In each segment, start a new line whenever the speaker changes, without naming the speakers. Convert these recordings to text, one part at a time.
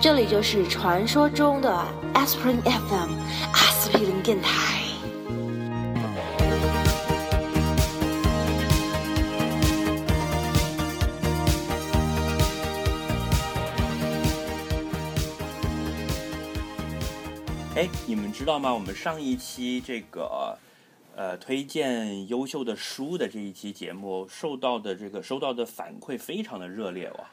这里就是传说中的 Aspirin FM 阿司匹林电台。
哎，你们知道吗？我们上一期这个呃推荐优秀的书的这一期节目，受到的这个收到的反馈非常的热烈哦哇！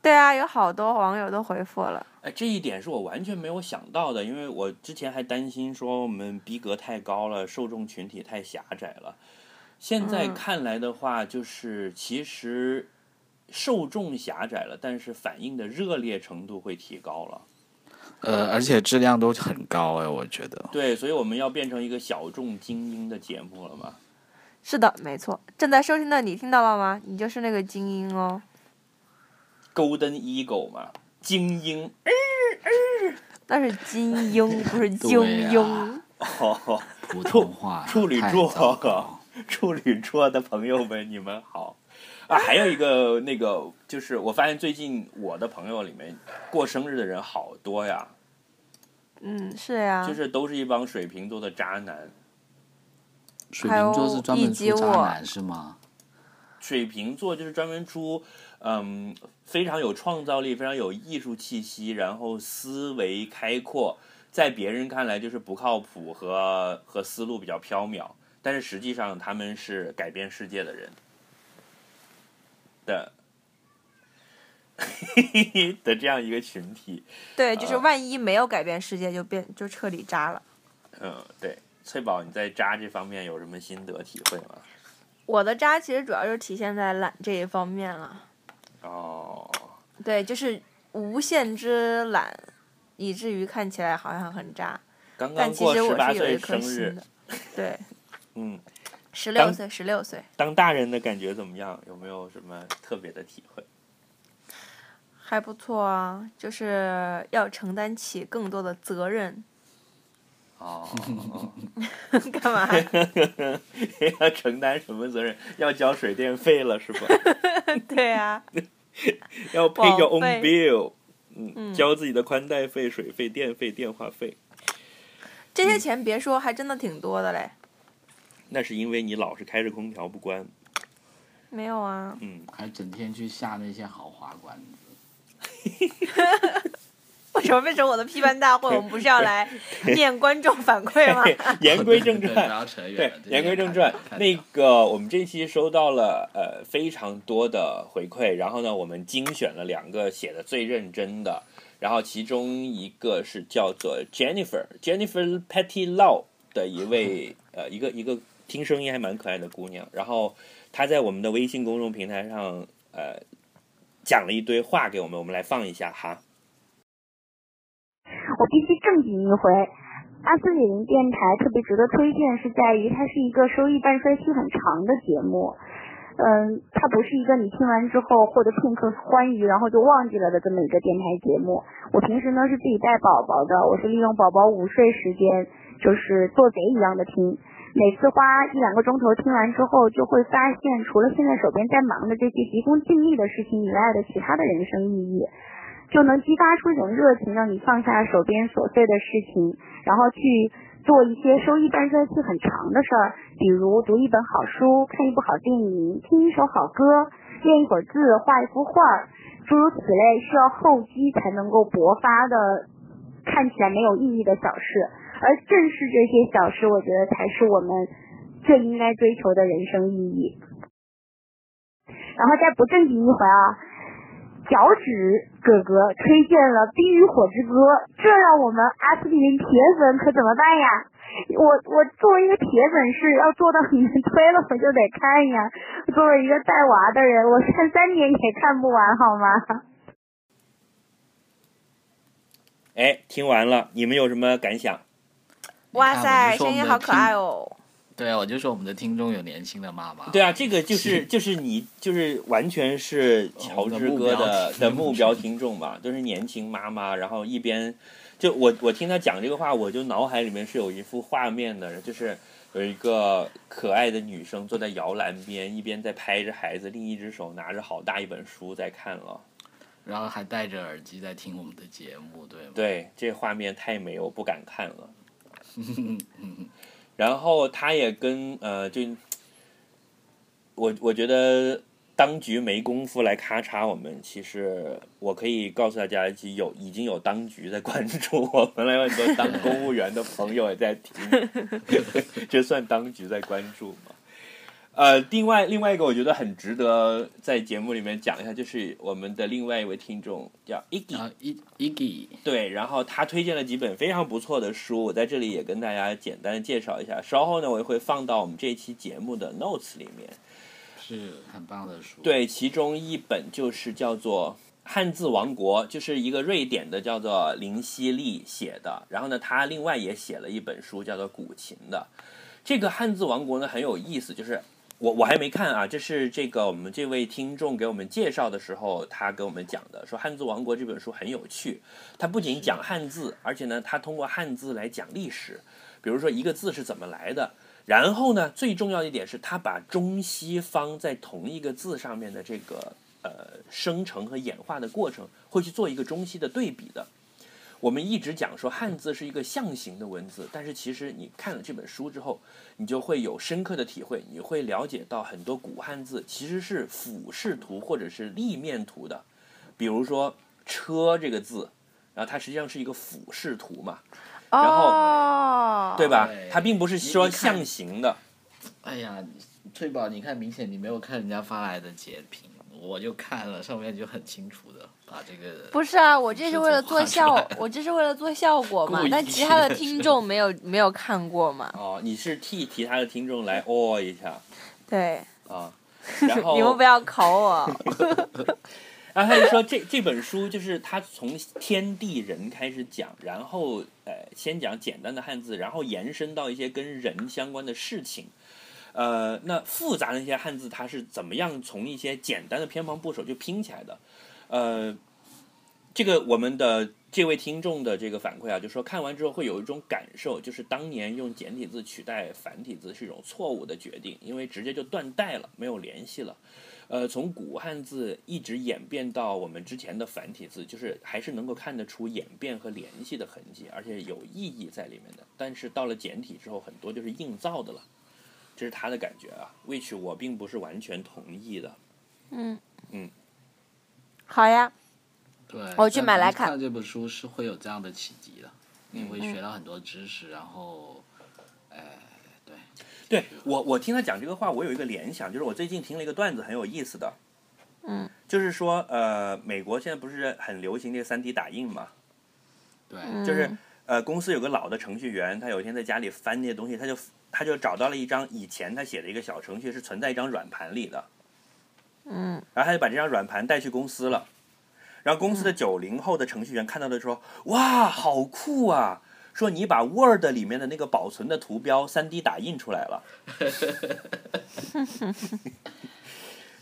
对啊，有好多网友都回复了。
哎，这一点是我完全没有想到的，因为我之前还担心说我们逼格太高了，受众群体太狭窄了。现在看来的话，就是其实受众狭窄了，但是反应的热烈程度会提高了。
呃，而且质量都很高哎，我觉得。
对，所以我们要变成一个小众精英的节目了嘛？
是的，没错。正在收听的你听到了吗？你就是那个精英哦。
Golden Eagle 嘛，精英。
那是金英， 不是精
对呀
英。
哦，
普通话
处女
太
座
糟糕
处女座的朋友们，你们好。啊，还有一个那个，就是我发现最近我的朋友里面过生日的人好多呀，
嗯，是呀、
就是都是一帮水瓶座的渣男。
水
还有
瓶座是专门
一级
出渣
我
男是吗？
水瓶座就是专门出，嗯，非常有创造力、非常有艺术气息，然后思维开阔，在别人看来就是不靠谱和和思路比较缥缈，但是实际上他们是改变世界的人的 的这样一个群体。
对，就是
呃
万一没有改变世界，就变就彻底渣了。
嗯，对，翠宝，你在渣这方面有什么心得体会吗？
我的渣其实主要就是体现在懒这一方面了。
哦，
对，就是无限之懒，以至于看起来好像很渣，
刚刚
但其
过十
实我
八
是有
岁
一颗
生
心
日，
的。 对，
嗯。
十
当
六岁，十六岁
当大人的感觉怎么样？有没有什么特别的体会？
还不错啊，就是要承担起更多的责任。
哦，
干嘛？
要承担什么责任？要交水电费了是吧？
对啊，
要 pay your own
网费
bill，嗯，
嗯
交自己的宽带费、水费、电费、电话费。
这些钱别说，还真的挺多的嘞。
那是因为你老是开着空调不关。
没有啊，
嗯，
还整天去下那些豪华馆子。
为什么变成我的批判大会？我们不是要来念观众反馈吗？
言归正
啊 对对对不
传。
要扯远
对
了。，
言归正传，那个我们这期收到了呃非常多的回馈，然后呢，我们精选了两个写的最认真的，然后其中一个是叫做 Jennifer Jennifer Patty Lau 的一位呃一个一个听声音还蛮可爱的姑娘，然后她在我们的微信公众平台上呃讲了一堆话给我们，我们来放一下哈。
我必须正经一回。阿司匹林电台特别值得推荐，是在于它是一个收益半衰期很长的节目。嗯，它不是一个你听完之后获得片刻欢愉，然后就忘记了的这么一个电台节目。我平时呢是自己带宝宝的，我是利用宝宝午睡时间，就是做贼一样的听。每次花一两个钟头听完之后，就会发现除了现在手边在忙的这些急功近利的事情以外的其他的人生意义。就能激发出一种热情，让你放下手边琐碎的事情，然后去做一些收益半衰期很长的事儿，比如读一本好书、看一部好电影、听一首好歌、练一会儿字、画一幅画儿，诸如此类需要厚积才能够勃发的看起来没有意义的小事。而正是这些小事，我觉得才是我们最应该追求的人生意义。然后再不正经一回啊，脚趾哥哥推荐了《冰与火之歌》，这让我们阿司匹林铁粉可怎么办呀？我我作为一个铁粉是要做到你们推了我就得看呀。作为一个带娃的人，我看三年也看不完，好吗？
哎，听完了，你们有什么感想？
哇塞，
你看我
声
们
音
说
好
我们的
可爱哦！
对啊，我就说我们的听众有年轻的妈妈。
对啊，这个 就是就是你就是完全是乔治哥的
哦我
的
的目标
目标听众嘛，都是年轻妈妈，然后一边就我我听他讲这个话，我就脑海里面是有一幅画面的，就是有一个可爱的女生坐在摇篮边，一边在拍着孩子，另一只手拿着好大一本书在看了。
然后还戴着耳机在听我们的节目，对吗？
对，这画面太美，我不敢看了。然后他也跟呃，就我我觉得当局没工夫来咔嚓我们，其实我可以告诉大家，其实有已经有当局在关注我们了，有很多当公务员的朋友也在听，这算当局在关注吗？呃，另外另外一个我觉得很值得在节目里面讲一下，就是我们的另外一位听众叫 Iggy，
然后 i i g
对，然后他推荐了几本非常不错的书，我在这里也跟大家简单的介绍一下。稍后呢，我也会放到我们这期节目的 notes 里面。
是很棒的书，，
对，其中一本就是叫做《汉字王国》，就是一个瑞典的叫做林希利写的。然后呢，他另外也写了一本书叫做《古琴》的。这个《汉字王国》呢很有意思，就是我我还没看啊，这是这个我们这位听众给我们介绍的时候，他给我们讲的，说《汉字王国》这本书很有趣，它不仅讲汉字，而且呢，它通过汉字来讲历史，比如说一个字是怎么来的。然后呢，最重要的一点是，他把中西方在同一个字上面的这个呃生成和演化的过程，会去做一个中西的对比的。我们一直讲说汉字是一个象形的文字，但是其实你看了这本书之后，你就会有深刻的体会，你会了解到很多古汉字其实是俯视图或者是立面图的，比如说“车”这个字，然后它实际上是一个俯视图嘛，然后
哦，
对吧
啊对？
它并不是说
你看
象形的，
哎呀，翠宝，你看，明显你没有看人家发来的截屏，我就看了，上面就很清楚的把这个
不是啊，我这
是
是
怎
为了
么
做
画出
效
来，
我这是为了做效果嘛
故。
但
意
其他的
的
听
是
众没有没有看过嘛？
哦，你是替其他的听众来哦一下
对，
啊，然后
你们不要考我。
然后他就说这 这本书就是他从天地人开始讲，然后呃先讲简单的汉字，然后延伸到一些跟人相关的事情。呃，那复杂的一些汉字，它是怎么样从一些简单的偏旁部首就拼起来的？呃，这个我们的这位听众的这个反馈啊，就说看完之后会有一种感受，就是当年用简体字取代繁体字是一种错误的决定，因为直接就断代了，没有联系了。呃，从古汉字一直演变到我们之前的繁体字，就是还是能够看得出演变和联系的痕迹，而且有意义在里面的。但是到了简体之后，很多就是硬造的了，这是他的感觉啊，which 我并不是完全同意的。
嗯
嗯，
好呀，
对，
我哦去
但
买来
看。
看
这本书是会有这样的启迪的，你会
嗯
学到很多知识，然后，呃，对，
对我，我听他讲这个话，我有一个联想，就是我最近听了一个段子，很有意思的。
嗯，
就是说，呃，美国现在不是很流行这个三 D 打印嘛？
对，
就是
嗯
呃，公司有个老的程序员，他有一天在家里翻那些东西，他就他就找到了一张以前他写的一个小程序，是存在一张软盘里的，
嗯，
然后他就把这张软盘带去公司了。然后公
嗯
司的九零后的程序员看到了说：“哇，好酷啊！”说你把 Word 里面的那个保存的图标3 D 打印出来 了。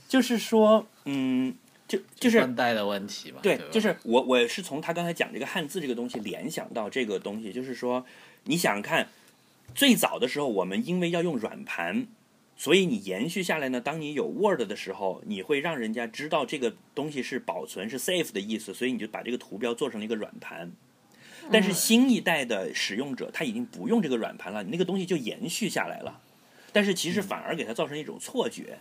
就是说，嗯，就就是
断代的问题嘛，
对
吧，
就是我我是从他刚才讲这个汉字这个东西联想到这个东西，就是说，你想想看，最早的时候我们因为要用软盘，所以你延续下来呢，当你有 Word 的时候，你会让人家知道这个东西是保存是 safe 的意思，所以你就把这个图标做成了一个软盘。但
嗯
是新一代的使用者他已经不用这个软盘了，你那个东西就延续下来了，但是
嗯
其实反而给他造成一种错觉。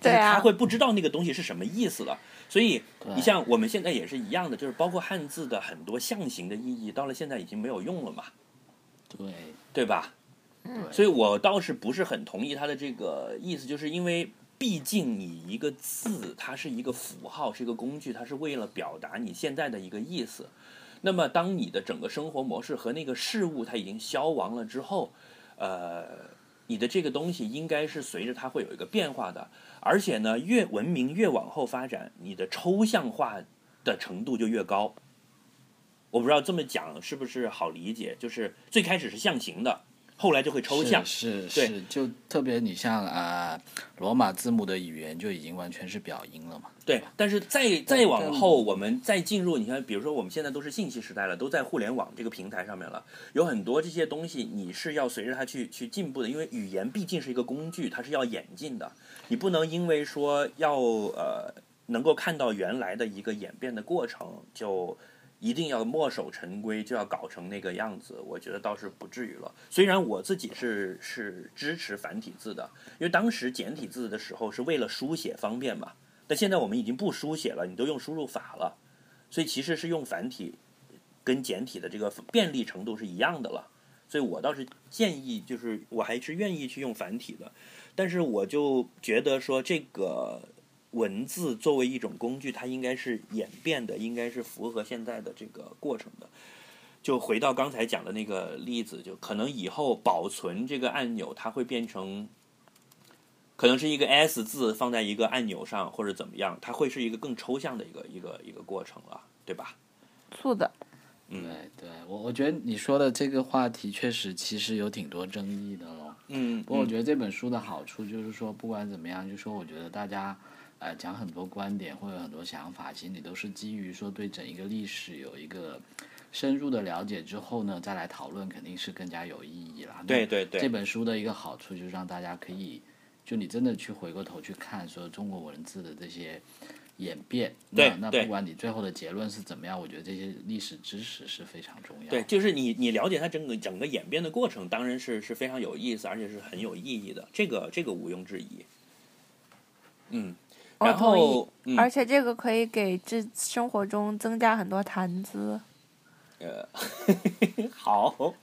就
对
是他
啊，
会不知道那个东西是什么意思了。所以
对
你像我们现在也是一样的，就是包括汉字的很多象形的意义，到了现在已经没有用了嘛，
对，
对吧？
嗯
对
所以我倒是不是很同意他的这个意思，就是因为毕竟你一个字，它是一个符号，是一个工具，它是为了表达你现在的一个意思。那么，当你的整个生活模式和那个事物它已经消亡了之后，呃，你的这个东西应该是随着它会有一个变化的，而且呢，越文明越往后发展，你的抽象化的程度就越高。我不知道这么讲是不是好理解，就是最开始是象形的，后来就会抽象。
是
对
是是，就特别你像啊、呃罗马字母的语言就已经完全是表音了嘛，
对，但是再再往后，我们再进入，你看，比如说我们现在都是信息时代了，都在互联网这个平台上面了，有很多这些东西，你是要随着它去去进步的，因为语言毕竟是一个工具，它是要演进的，你不能因为说要呃。能够看到原来的一个演变的过程，就一定要墨守成规，就要搞成那个样子，我觉得倒是不至于了。虽然我自己是是支持繁体字的，因为当时简体字的时候是为了书写方便嘛，但现在我们已经不书写了，你都用输入法了，所以其实是用繁体跟简体的这个便利程度是一样的了。所以我倒是建议，就是我还是愿意去用繁体的，但是我就觉得说这个文字作为一种工具，它应该是演变的，应该是符合现在的这个过程的。就回到刚才讲的那个例子，就可能以后保存这个按钮，它会变成，可能是一个 S 字放在一个按钮上，或者怎么样，它会是一个更抽象的一个一个一个过程了，对吧？
素的，
嗯
对对，我我觉得你说的这个话题确实其实有挺多争议的咯。
嗯，
不过我觉得这本书的好处就是说，不管怎么样，就说我觉得大家，呃，讲很多观点或者很多想法，其实你都是基于说对整一个历史有一个深入的了解之后呢，再来讨论，肯定是更加有意义啦。那
对对对
这本书的一个好处就是让大家可以，就你真的去回过头去看说中国文字的这些。演变，
对
那那
对
不管你最后的结论是怎么样，我觉得这些历史知识是非常重要的。
对，就是你你了解它整个整个演变的过程，当然是是非常有意思，而且是很有意义的，这个这个毋庸置疑。嗯，
哦
我
然
同意
后嗯
而且这个可以给这生活中增加很多谈资。
呃， 好，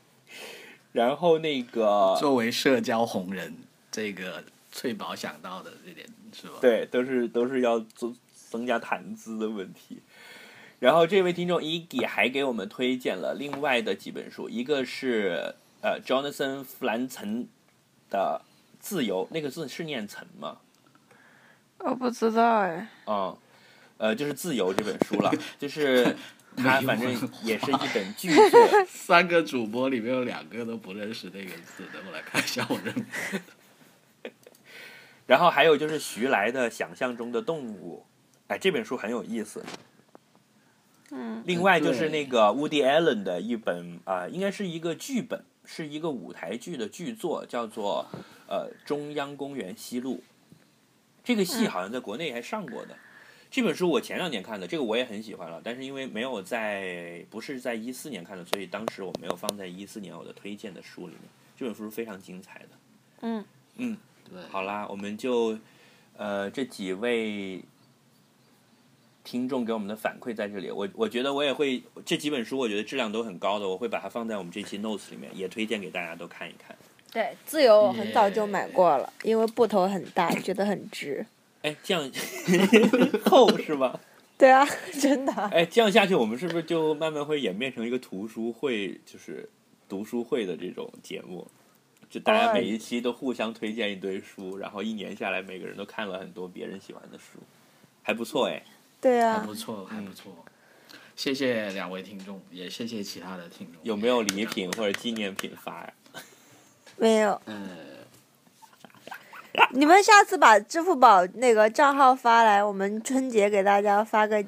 然后那个
作为社交红人，这个翠宝想到的这点是吧？
对，都是都是要增增加谈资的问题。然后这位听众 Iggy 还给我们推荐了另外的几本书，一个是呃 Jonathan 弗兰岑的《自由》，那个字是念岑吗？
我哦不知道哎，
嗯，呃，就是《自由》这本书了，就是它反正也是一本巨作，
三个主播里面有两个都不认识这个字的，我来看一下，我认不
然后还有就是徐来的《想象中的动物》，哎，这本书很有意思。
嗯，
另外就是那个 Woody Allen 的一本啊、应该是一个剧本，是一个舞台剧的剧作，叫做呃《中央公园西路》。这个戏好像在国内还上过的。这本书我前两年看的，这个我也很喜欢了，但是因为没有在不是在一四年看的，所以当时我没有放在一四年我的推荐的书里面。这本书是非常精彩的。
嗯，
对，
好啦，我们就呃这几位听众给我们的反馈在这里，我我觉得我也会这几本书，我觉得质量都很高的，我会把它放在我们这期 notes 里面，也推荐给大家都看一看。
对，自由我很早就买过了，因为布头很大，觉得很值。
哎，这样厚是吧？
对啊， 真的。
哎，这样下去，我们是不是就慢慢会演变成一个图书会，就是读书会的这种节目？就大家每一期都互相推荐一堆书，然后一年下来，每个人都看了很多别人喜欢的书，还不错哎。
对
还
啊
不，错，还不错。谢谢两位听众，也谢谢其他的听众。
有没有礼品或者纪念品发呀？
没有。
呃，
你们下次把支付宝那个账号发来，我们春节给大家发个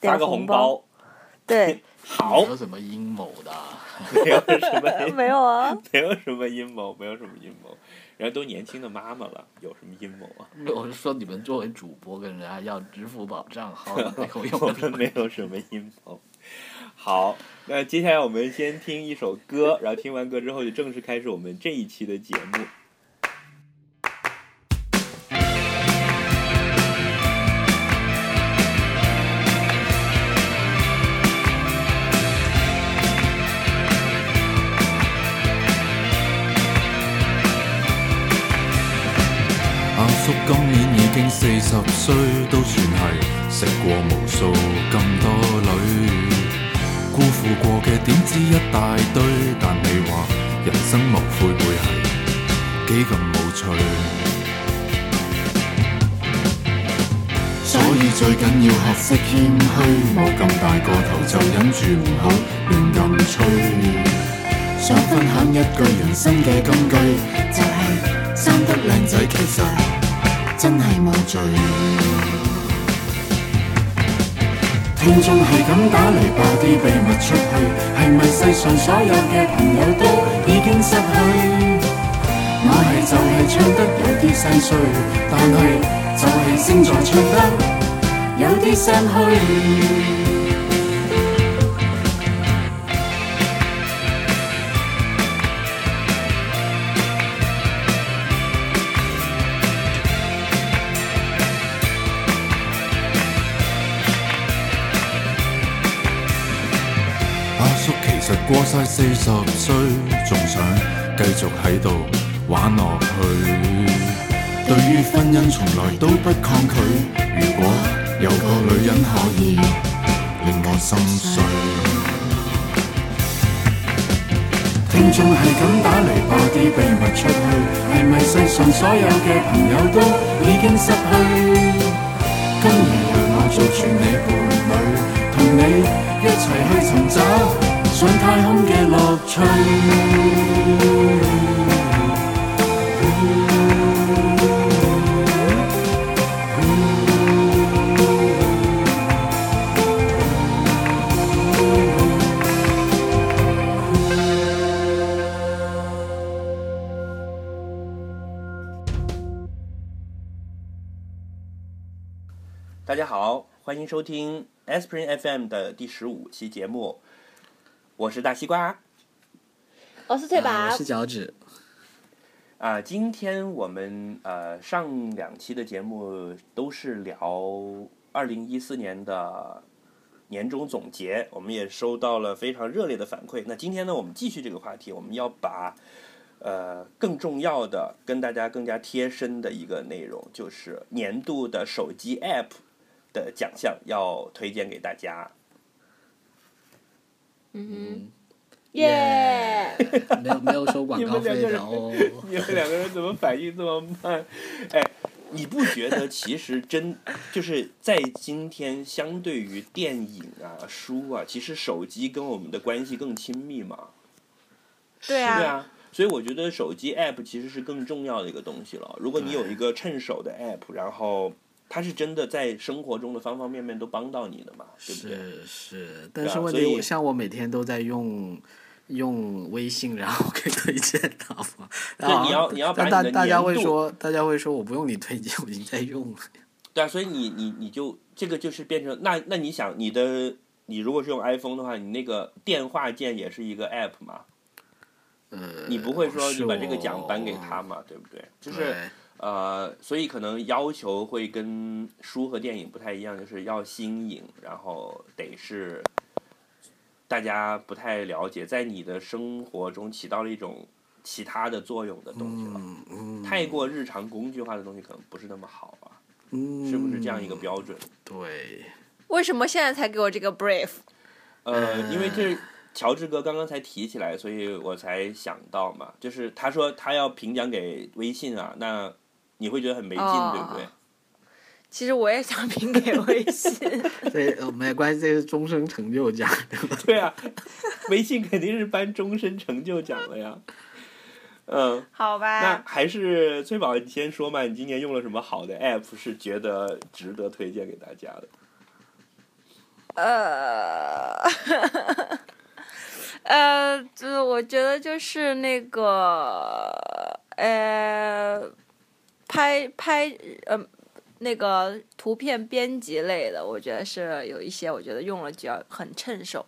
点
发个
红
红。包，
对，
好
有，什么阴谋的？
没有什么，
没有 啊，
没有什么阴谋，没有什么阴谋。人家都年轻的妈妈了，有什么阴谋啊？
我是说，你们作为主播跟人家要支付宝账号，没有
我 们
用
没有什么阴谋。好，那接下来我们先听一首歌，然后听完歌之后就正式开始我们这一期的节目。
阿叔今年已經四十歲，都算係食過無數咁多女，辜負過嘅點知一大堆，但你話人生無悔會係幾咁無趣，所以最緊要學識謙虛，冇咁大個頭就忍住唔好亂咁吹。想分享一句人生嘅金句，就係、生得靚仔其實真係冇罪。聽眾係咁打嚟，爆啲秘密出去，係咪世上所有嘅朋友都已經失去？我係就係唱得有啲細碎，但係就係星座唱得
有啲心虛。
阿叔其實過晒四十歲，仲想繼續喺度玩落去。對於婚姻從來都不抗拒，如果有個女人可以令我心碎。
聽眾係咁打嚟，播啲秘密出去，係咪世上所有嘅朋友都已經失去？今夜讓我做住你伴侶，同你一齊去尋找上太空嘅樂趣。
大家好，欢迎收听 Aspirin FM 的第十五期节目，我是大西瓜啊、
我是翠宝，
啊我是脚趾，
啊今天我们呃上两期的节目都是聊二零一四年的年终总结，我们也收到了非常热烈的反馈。那今天呢，我们继续这个话题，我们要把呃更重要的、跟大家更加贴身的一个内容，就是年度的手机 App 的奖项要推荐给大家。
嗯哼，
耶
耶！
没有没有收广
你
告
们两
费
个人
的哦。
你们两个人怎么反应这么慢？哎，你不觉得其实真就是在今天，相对于电影啊、书啊，其实手机跟我们的关系更亲密吗？
对
对
啊，
啊，所以我觉得手机 app 其实是更重要的一个东西了。如果你有一个趁手的 app，然后它是真的在生活中的方方面面都帮到你的嘛，对不对？
是是，但
对
是
啊
问
所
题我
以
像我每天都在用用微信，然后给推荐到嘛。然
对
后
你要你要把
但
你
大
的
大家
年
会
度
说，大家会说我不用你推荐，我已经在用了。
对啊，所以你你你就这个就是变成那那你想你的你如果是用 iPhone 的话，你那个电话键也是一个 app 嘛，
呃，
你不会说你
是
把这个奖
我
颁给他嘛，对不对？就是
对
呃，所以可能要求会跟书和电影不太一样，就是要新颖，然后得是大家不太了解，在你的生活中起到了一种其他的作用的东西了。
嗯嗯，
太过日常工具化的东西可能不是那么好啊，
嗯
是不是这样一个标准？
对，
为什么现在才给我这个 brief？
呃，因为
嗯
这乔治哥刚刚才提起来，所以我才想到嘛，就是他说他要评奖给微信啊，那你会觉得很没劲，
哦
对不 对？
其实我也想 评给微 信，
这呃没关系，这是终身成 就奖。
对啊，微信肯定是颁终身成就奖的呀。嗯，
好
那
吧？
还是崔宝，你先说嘛，你今年用了什么好的 app 是觉得值得推荐给大家的？
呃， 呃，就是我觉得就是那个呃，拍拍呃那个图片编辑类的，我觉得是有一些，我觉得用了就要很趁手。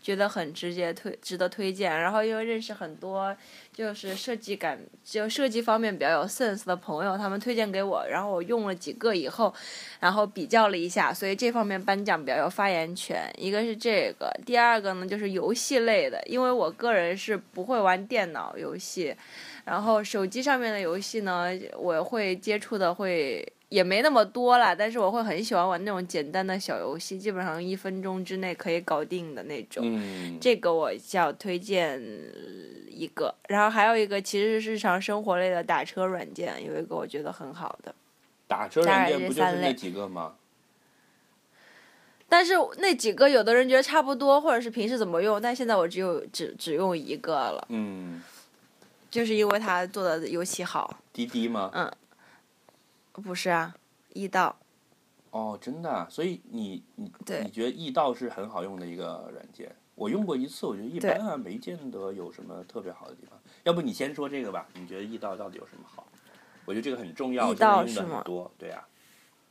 觉得很直接推值得推荐，然后又认识很多就是设计感就设计方面比较有 sense 的朋友，他们推荐给我，然后我用了几个以后，然后比较了一下，所以这方面颁奖比较有发言权。一个是这个，第二个呢就是游戏类的，因为我个人是不会玩电脑游戏，然后手机上面的游戏呢，我会接触的会。也没那么多啦，但是我会很喜欢玩那种简单的小游戏，基本上一分钟之内可以搞定的那种。
嗯，
这个我想推荐呃一个，然后还有一个其实是日常生活类的打车软件，有一个我觉得很好的，
打车
当
软
然
件
是
不就是
三
那
类
几个吗？
但是那几个有的人觉得差不多，或者是平时怎么用，但现在我只有只只用一个了，
嗯，
就是因为它做的尤其好。
滴滴吗？
不是啊，易到
哦，真的啊、所以你你
对
你觉得易道是很好用的一个软件？我用过一次，我觉得一
对
般啊，没见得有什么特别好的地方。要不你先说这个吧？你觉得易道到底有什么好？我觉得这个很重要，
易
真的
道
用
是
的很
吗
多，对啊，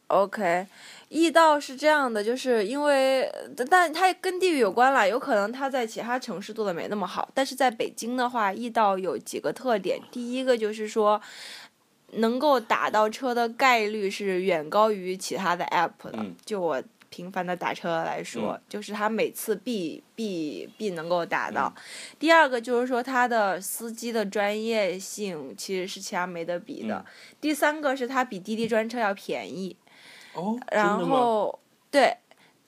哦， OK，易道是这样的，就是因为，但但它跟地域有关啦，有可能它在其他城市做的没那么好，但是在北京的话，易道有几个特点，第一个就是说，能够打到车的概率是远高于其他的 app 的，
嗯
就我。频繁的打车来说，
嗯
就是它每次必必必能够打到。
嗯
第二个就是说，它的司机的专业性其实是其他没得比的。
嗯
第三个是它比滴滴专车要便宜，
哦，真的
然
吗？
后对，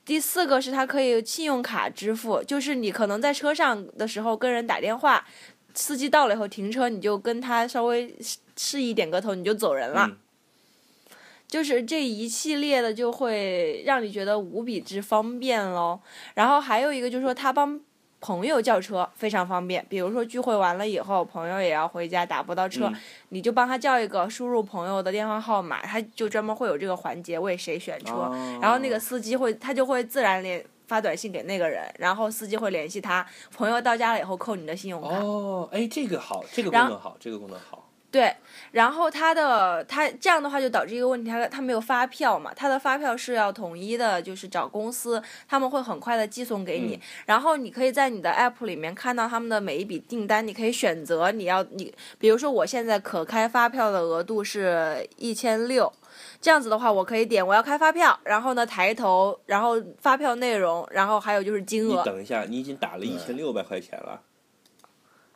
第四个是它可以信用卡支付，就是你可能在车上的时候跟人打电话，司机到了以后停车，你就跟他稍微示示意点个头，你就走人了。
嗯
就是这一系列的就会让你觉得无比之方便喽。然后还有一个就是说，他帮朋友叫车非常方便，比如说聚会完了以后，朋友也要回家打不到车，
嗯
你就帮他叫一个，输入朋友的电话号码，他就专门会有这个环节为谁选车，
哦
然后那个司机会他就会自然联发短信给那个人，然后司机会联系他，朋友到家了以后扣你的信用卡。
哦，哎，这个好，这个功
然后
能好，这个功能好。
对，然后他的他这样的话就导致一个问题，他他没有发票嘛，他的发票是要统一的，就是找公司，他们会很快的寄送给你，
嗯
然后你可以在你的 app 里面看到他们的每一笔订单，你可以选择你要你，比如说我现在可开发票的额度是一千六。这样子的话，我可以点我要开发票，然后呢抬头，然后发票内容，然后还有就是金
你
额。
等一下，你已经打了一千六百块钱了。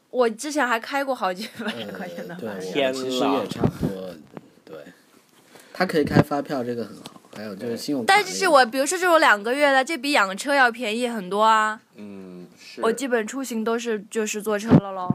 我之前还开过好几
嗯
百
呃
块钱的
对，
发票。
天
我其实
啦
也差不多，对，它可以开发票，这个很好，还有就是信用卡那
但
个，
是我比如说这种两个月的，这比养车要便宜很多啊。
嗯，是。
我基本出行都是就是坐车了喽。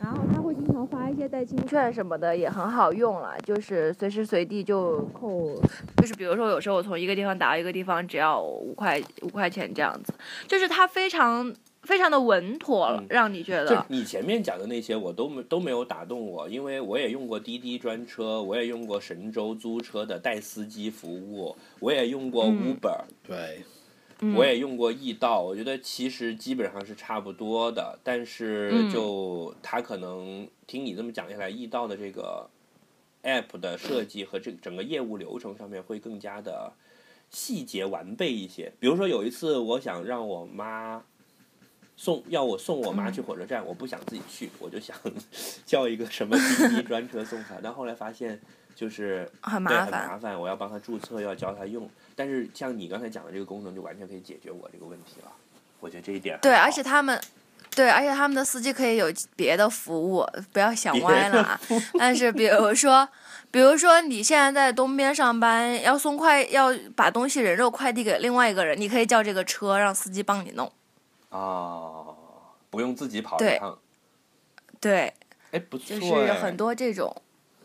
然后他会经常发一些代金券什么的，也很好用了，就是随时随地就扣，就是比如说有时候我从一个地方打到一个地方，只要五块五块钱这样子，就是它非常非常的稳妥，
嗯
让你觉
就
得
你前面讲的那些，我都没都没有打动我，因为我也用过滴滴专车，我也用过神州租车的带司机服务，我也用过
嗯
Uber，、
对，
嗯
我也用过易到，我觉得其实基本上是差不多的，但是
嗯
就它可能听你这么讲下来，易到的这个 app 的设计和这整个业务流程上面会更加的细节完备一些。比如说有一次，我想让我妈送要我送我妈去火车站，我不想自己去，我就想 叫一个什么滴滴专车送她，但后来发现就是
很
对，
麻
很
烦。
麻烦，我要帮他注册，要教他用。但是像你刚才讲的这个功能，就完全可以解决我这个问题了。我觉得这一点很
对，
好
而且他们，对，而且他们的司机可以有别的服务，不要想
别
歪了啊。 但是比如说，比如说你现在在东边上班，要送快，要把东西人肉快递给另外一个人，你可以叫这个车让司机帮你弄。
啊，不用自己跑
对
一趟，
对，
哎，不
就
错，
是很。多这种。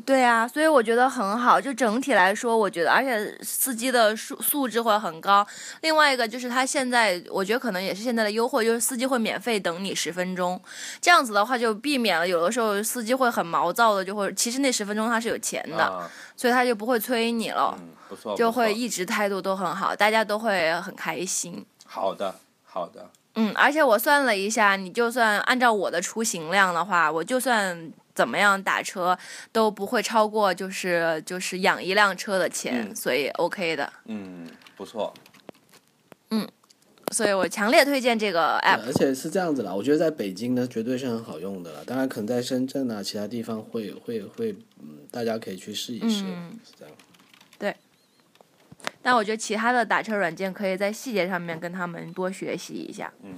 对啊，所以我觉得很好。就整体来说，我觉得，而且司机的素素质会很高。另外一个就是他现在，我觉得可能也是现在的优惠，就是司机会免费等你十分钟。这样子的话，就避免了有的时候司机会很毛躁的，就会其实那十分钟他是有钱的，
啊，
所以他就不会催你了，
嗯，不错，
就
不错
会一直态度都很好，大家都会很开心。
好的，好的，
嗯，而且我算了一下，你就算按照我的出行量的话，我就算怎么样打车都不会超过就是就是养一辆车的钱，
嗯
所以 OK 的。
嗯，不错，
所以我强烈推荐这个 app。
而且是这样子啦，我觉得在北京呢，绝对是很好用的了。当然，可能在深圳啊，其他地方会会会，嗯，大家可以去试一试，
嗯
是这样。
但我觉得其他的打车软件可以在细节上面跟他们多学习一下。
嗯，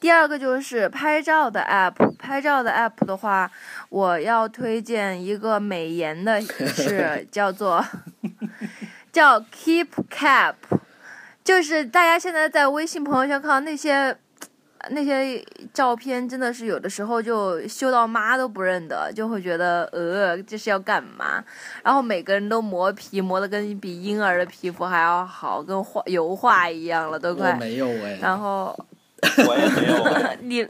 第二个就是拍照的 app，拍照的 app 的话，我要推荐一个美颜的 是叫做叫 Keep Cap，就是大家现在在微信朋友圈看到那些那些照片，真的是有的时候就修到妈都不认得，就会觉得呃这是要干嘛？然后每个人都磨皮，磨得跟比婴儿的皮肤还要好，跟画油画一样了，都
我
快。
没有哎、
然后。
我也没有 哎，
你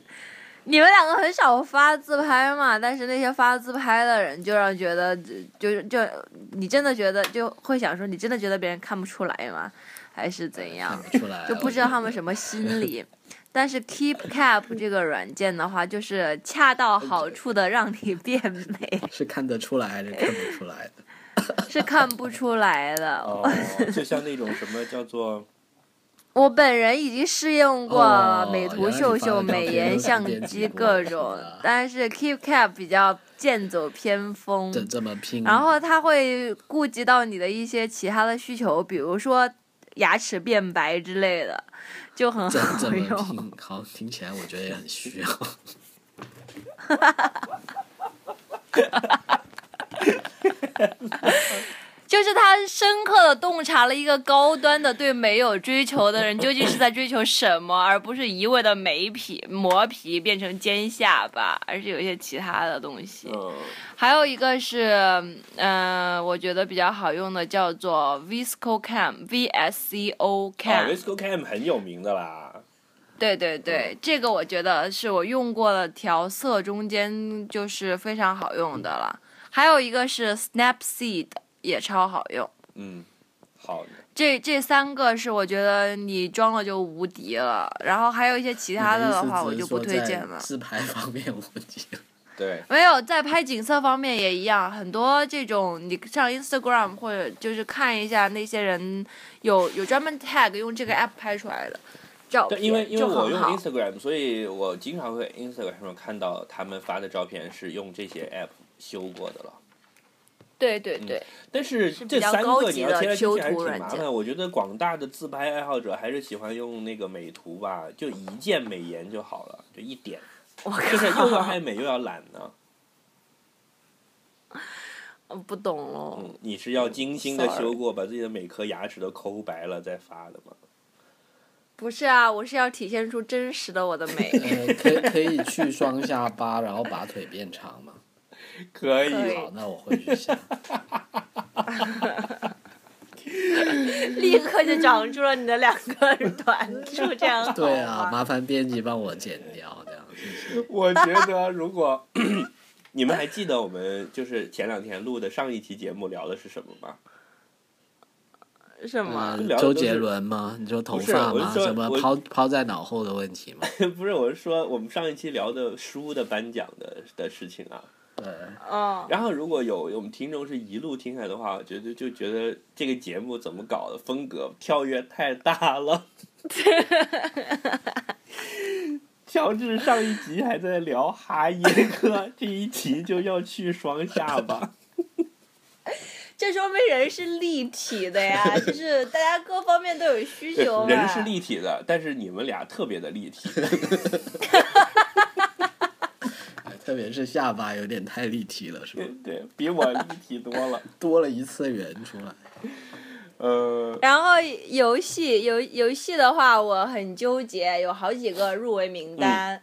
你们两个很少发自拍嘛，但是那些发自拍的人就让觉得就就你真的觉得就会想说，你真的觉得别人看不出来吗？还是怎样？
看不出来，啊
就不知道 他们
么。
什么心理。但是 Keep Cap 这个软件的话，就是恰到好处的让你变美，
是看得出来还是看不出来的？
是看不出来的。
哦，就像那种什么叫做
我本人已经试用过
哦
美
原
图
来你
秀
发的
秀、
照
美
片
颜
有
相
点
机
直播
各
是
种
吧，
但是 Keep Cap 比较剑走偏锋，
这这么拼，
嗯然后它会顾及到你的一些其他的需求，比如说牙齿变白之类的，就很
这
好
这么
用。
拼，好听起来我觉得也很需要。
就是他深刻的洞察了一个高端的对美有追求的人究竟是在追求什么，而不是一味的美皮磨皮变成尖下巴，而是有一些其他的东西。
嗯
还有一个是，嗯、我觉得比较好用的叫做 Visco Cam，V S C O
啊
Cam，、
，Visco Cam 很有名的啦。
对对
嗯
对，这个我觉得是我用过的调色中间就是非常好用的了。还有一个是 Snapseed，也超好用。
嗯，好的，
这这三个是我觉得你装了就无敌了，然后还有一些其他的的话我就不推荐了。
自拍方面我觉 得
对，
没有，在拍景色方面也一样，很多这种你上 Instagram 或者就是看一下那些人有有专门 tag 用这个 app 拍出来的照
对，
片，
嗯因为因为
就
我
很
用
好。
Instagram，所以我经常会 Instagram 上看到他们发的照片是用这些 app 修过的了。
对对
嗯
对，
但是
是比
这
较
三
高
个
级
你要
的
贴来贴
修
去还是
图
挺
软
麻
件
烦。我觉得广大的自拍爱好者还是喜欢用那个美图吧，就一键美颜就好了，就一 点，
我
就是又要
靠，
爱美又要懒呢。
不懂喽。
嗯，你是要精心的
Sorry
修过，把自己的每颗牙齿都抠白了再发的吗？
不是啊，我是要体现出真实的我的美。
呃，可以可以去双下巴，然后把腿变长嘛。
可以，
可以
好，那我会 去想。
啊立刻就长出了你的两个短处，这样好
对啊，
吗
麻烦编辑帮我剪掉，这样谢谢。
我觉得如果 你们还记得我们就是前两天录的上一期节目聊的是什么吗？
什么？
嗯
聊的
周
都
杰
是
伦吗？你说头
不是
发
我是
吗？
说
什么
我
抛抛在脑后的问题吗？
不是，我是说我们上一期聊的书的颁奖的的事情啊。
对，
嗯，
然后如果有我们听众是一路听下来的话，我觉得就觉得这个节目怎么搞的，风格跳跃太大 了。乔治上一集还在聊哈耶克，这一集就要去双下巴。
这说明人是立体的呀，就是大家各方面都有啊需
对
求嘛。
人是立体的，但是你们俩特别的立体。
特别是下巴有点太立体了，是吧
嗯
对？对，比我立体多了。
多了一次元出来。
呃，
然后游戏游游戏的话，我很纠结，有好几个入围名单。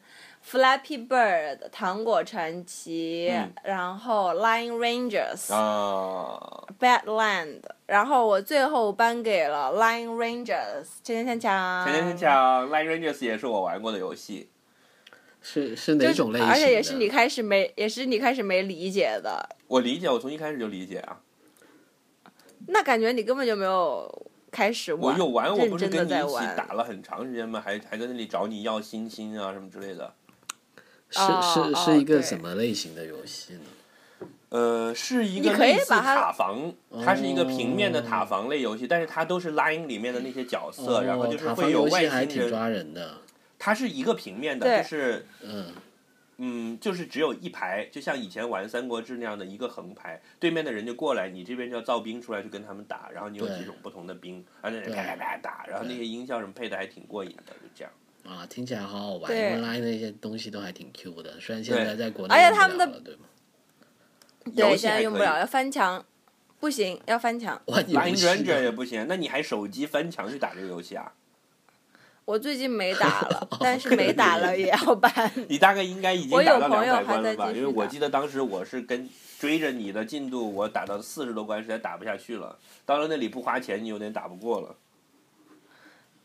Flappy Bird、糖果传奇，
嗯
然后 Lion Rangers、
啊，
Badland，然后我最后颁给了 Lion Rangers。锵锵锵锵！
前天讲《Line Rangers》也是我玩过的游戏，
是是
就
哪
是
种类型的？
而且也是你开始没，也是你开始没理解的，
我理解，我从一开始就理解啊。
那感觉你根本就没有开始
我
玩，
有玩，我不是
认真的
跟你
在
一起
玩。
打了很长时间吗？还还在那里找你要星星啊什么之类的。
是
哦
是
哦
是一个
对
什么类型的游戏呢？
呃，是一个
你可以
类似
把它
塔防，它是一个平面的
哦
塔防类游戏，但是它都是 Line 里面的那些角色，
哦，
然后就是
塔
会
防
有
游
外
戏还
星
挺
人。
抓人的，
它是一个平面的，
对
就是
嗯，
嗯，就是只有一排，就像以前玩《三国志》那样的一个横排，对面的人就过来，你这边就要造兵出来去跟他们打，然后你有
对
几种不同的兵，而且
对
啪啪啪打，然后那些音效什么配的还挺过瘾的，就这样。
啊，听起来好好玩，因
对
为 Line 那些东西都还挺 Q 的，虽然现在
对
在国内
而且
用不
他们
了
的
了对吗？
游
对，
戏
现
还
在用
可
不
以
了，要翻墙，不行，要翻墙。
玩游
玩
戏
Ranger 也不行，那你还手机翻墙去打这个游戏啊？
我最近没打 了，但是没打了也要搬。
你大概应该已经
我有
打到两
朋友
百
还
关了
在
吧？
继续
因为我
打
记得当时我是跟追着你的进度，我打到四十多关，实在打不下去了。到了那里不花钱，你有点打不过了。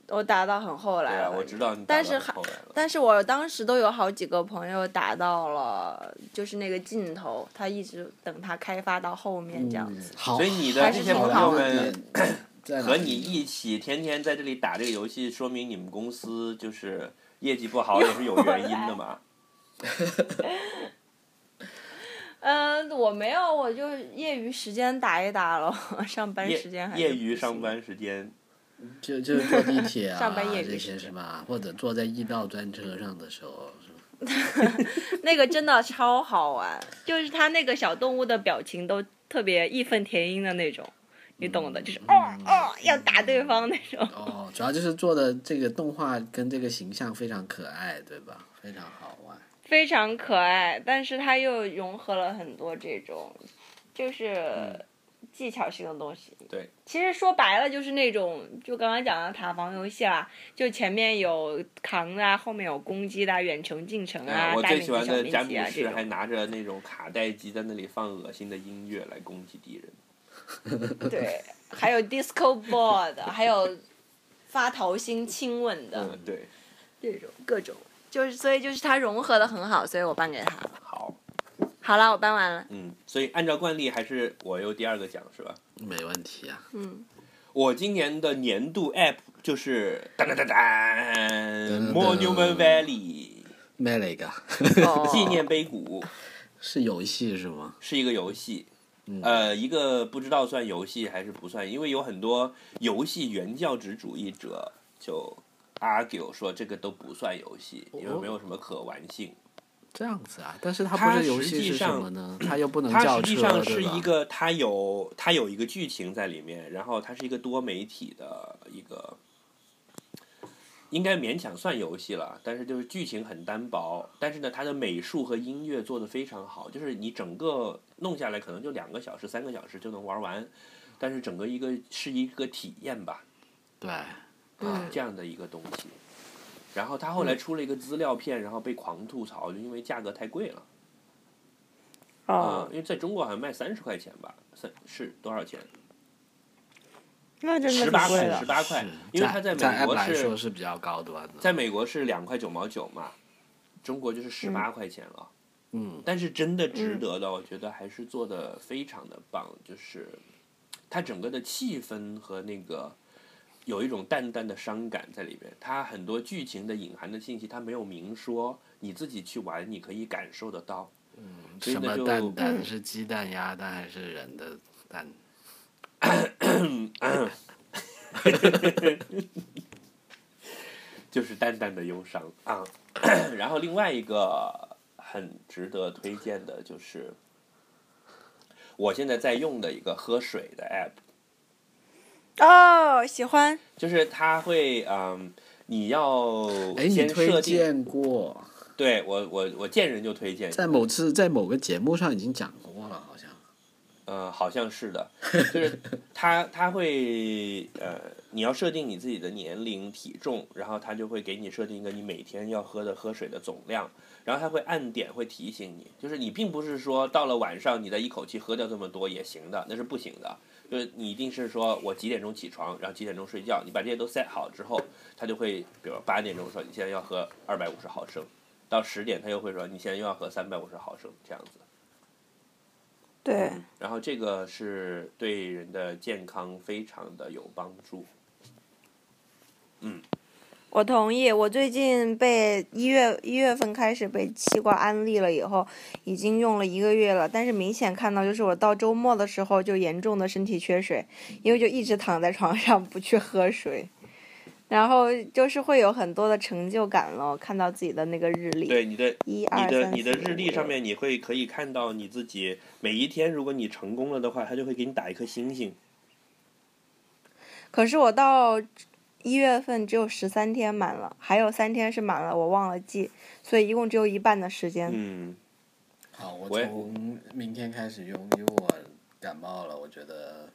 我打到很后
对
来
啊，
了，
我知道你打
但
到
是
很
还
后来了。
但是我当时都有好几个朋友打到了，就是那个尽头，他一直等他开发到后面这样子。
嗯好，
所以你的
这
好
些
好
朋友
好
们
点在哪
和
里
你一起天天在这里打这个游戏，说明你们公司就是 业绩不好也是有原因的嘛。
嗯，我没有，我就业余时间打一打咯， 上班
业
时间还是
业
不
余上
行。
班时间，
就就是坐地铁 啊，
上班业余
这
时
些
间
是吧？或者坐在驿道专车上的时候，是吧
那个真的超好玩，就是它那个小动物的表情都特别义愤填膺的那种，你懂的，就是哦
嗯
哦要打对方那种。
哦，主要就是做的这个动画跟这个形象非常可爱，对吧？非常好玩。
非常可爱，但是它又融合了很多这种，就是技巧性的东西。
嗯对，
其实说白了就是那种，就刚刚讲的塔防游戏啦，就前面有扛的啊，后面有攻击的啊，远程近程啊，
哎我
大
最
面积
喜欢
小
的
面
詹
积
姆
啊这
士还
种。
拿着那种卡带机在那里放恶心的音乐来攻击敌人。
对， 还有 disco ball 的， 还有发桃心亲吻的、
嗯，对，
这种各种，就是所以就是它融合的很好，所以我颁给他。
好，
好了，我颁完了。
嗯，所以按照惯例还是我由第二个讲是吧？
没问题啊，
嗯，
我今年的年度 App 就是噔噔噔噔
噔
Monument Valley
卖了一个
哦
纪念碑谷
啊 是游戏是吗？
是一个游戏，
嗯，
呃，一个不知道算游戏还是不算，因为有很多游戏原教旨主义者就 argue 说这个都不算游戏，因为没有什么可玩性。
这样子啊，但是它
它
不是游
实际
戏是什
上
么呢？它又不能
它实
叫车，
际上是
对吧
一个，它有它有一个剧情在里面，然后它是一个多媒体的一个，应该勉强算游戏了，但是就是剧情很单薄，但是呢，它的美术和音乐做的非常好，就是你整个弄下来可能就两个小时、三个小时就能玩完，但是整个一个是一个体验吧，
对，
嗯
啊，这样的一个东西。然后它后来出了一个资料片，然后被狂吐槽，就因为价格太贵了。
哦
啊，因为在中国好像卖三十块钱吧，三是多少钱？
那真的
十
挺
八
贵
块，
的。
十八块
是，
因为它在
在
美
app
国
来说
是，
是比较高端的，
在美国是两块九毛九嘛，中国就是十八块钱了。
嗯，
但是真的值得的，我觉得还是做的非常的棒，就是它整个的气氛和那个有一种淡淡的伤感在里边。它很多剧情的隐含的信息，它没有明说，你自己去玩，你可以感受得到。所以
什
呢
么
就嗯
蛋蛋是鸡蛋、鸭蛋还是人的蛋？
就是淡淡的忧伤啊。 然后另外一个很值得推荐的就是我现在在用的一个喝水的 app，
哦，喜欢。
就是它会嗯，你要
哎，你
先设
推
定，
荐过，
对我我我见人就推荐，
在某次在某个节目上已经讲过了，好像。
呃，好像是的， 就是它它会呃，你要设定你自己的年龄、体重，然后它就会给你设定一个你每天要喝的喝水的总量，然后它会按点会提醒你，就是你并不是说到了晚上你再一口气喝掉这么多也行的，那是不行的，就是你一定是说我几点钟起床，然后几点钟睡觉，你把这些都 set 好之后，它就会比如八点钟说你现在要喝二百五十毫升，到十点它又会说你现在又要喝三百五十毫升这样子。
对，
然后这个是对人的健康非常的有帮助。
我同意。我最近被一月一月份开始被西瓜安利了，以后已经用了一个月了，但是明显看到就是我到周末的时候就严重的身体缺水，因为就一直躺在床上不去喝水，然后就是会有很多的成就感了。看到自己的那个日历，
对你的
一
你
二
的
三
你的
四五
日历上
六
面，你会可以看到你自己每一天，如果你成功了的话，它就会给你打一颗星星。
可是我到一月份只有十三天满了，还有三天是满了，我忘了记，所以一共只有一半的时间。
嗯，
好，我
我也
从明天开始用，因为我感冒了，我觉得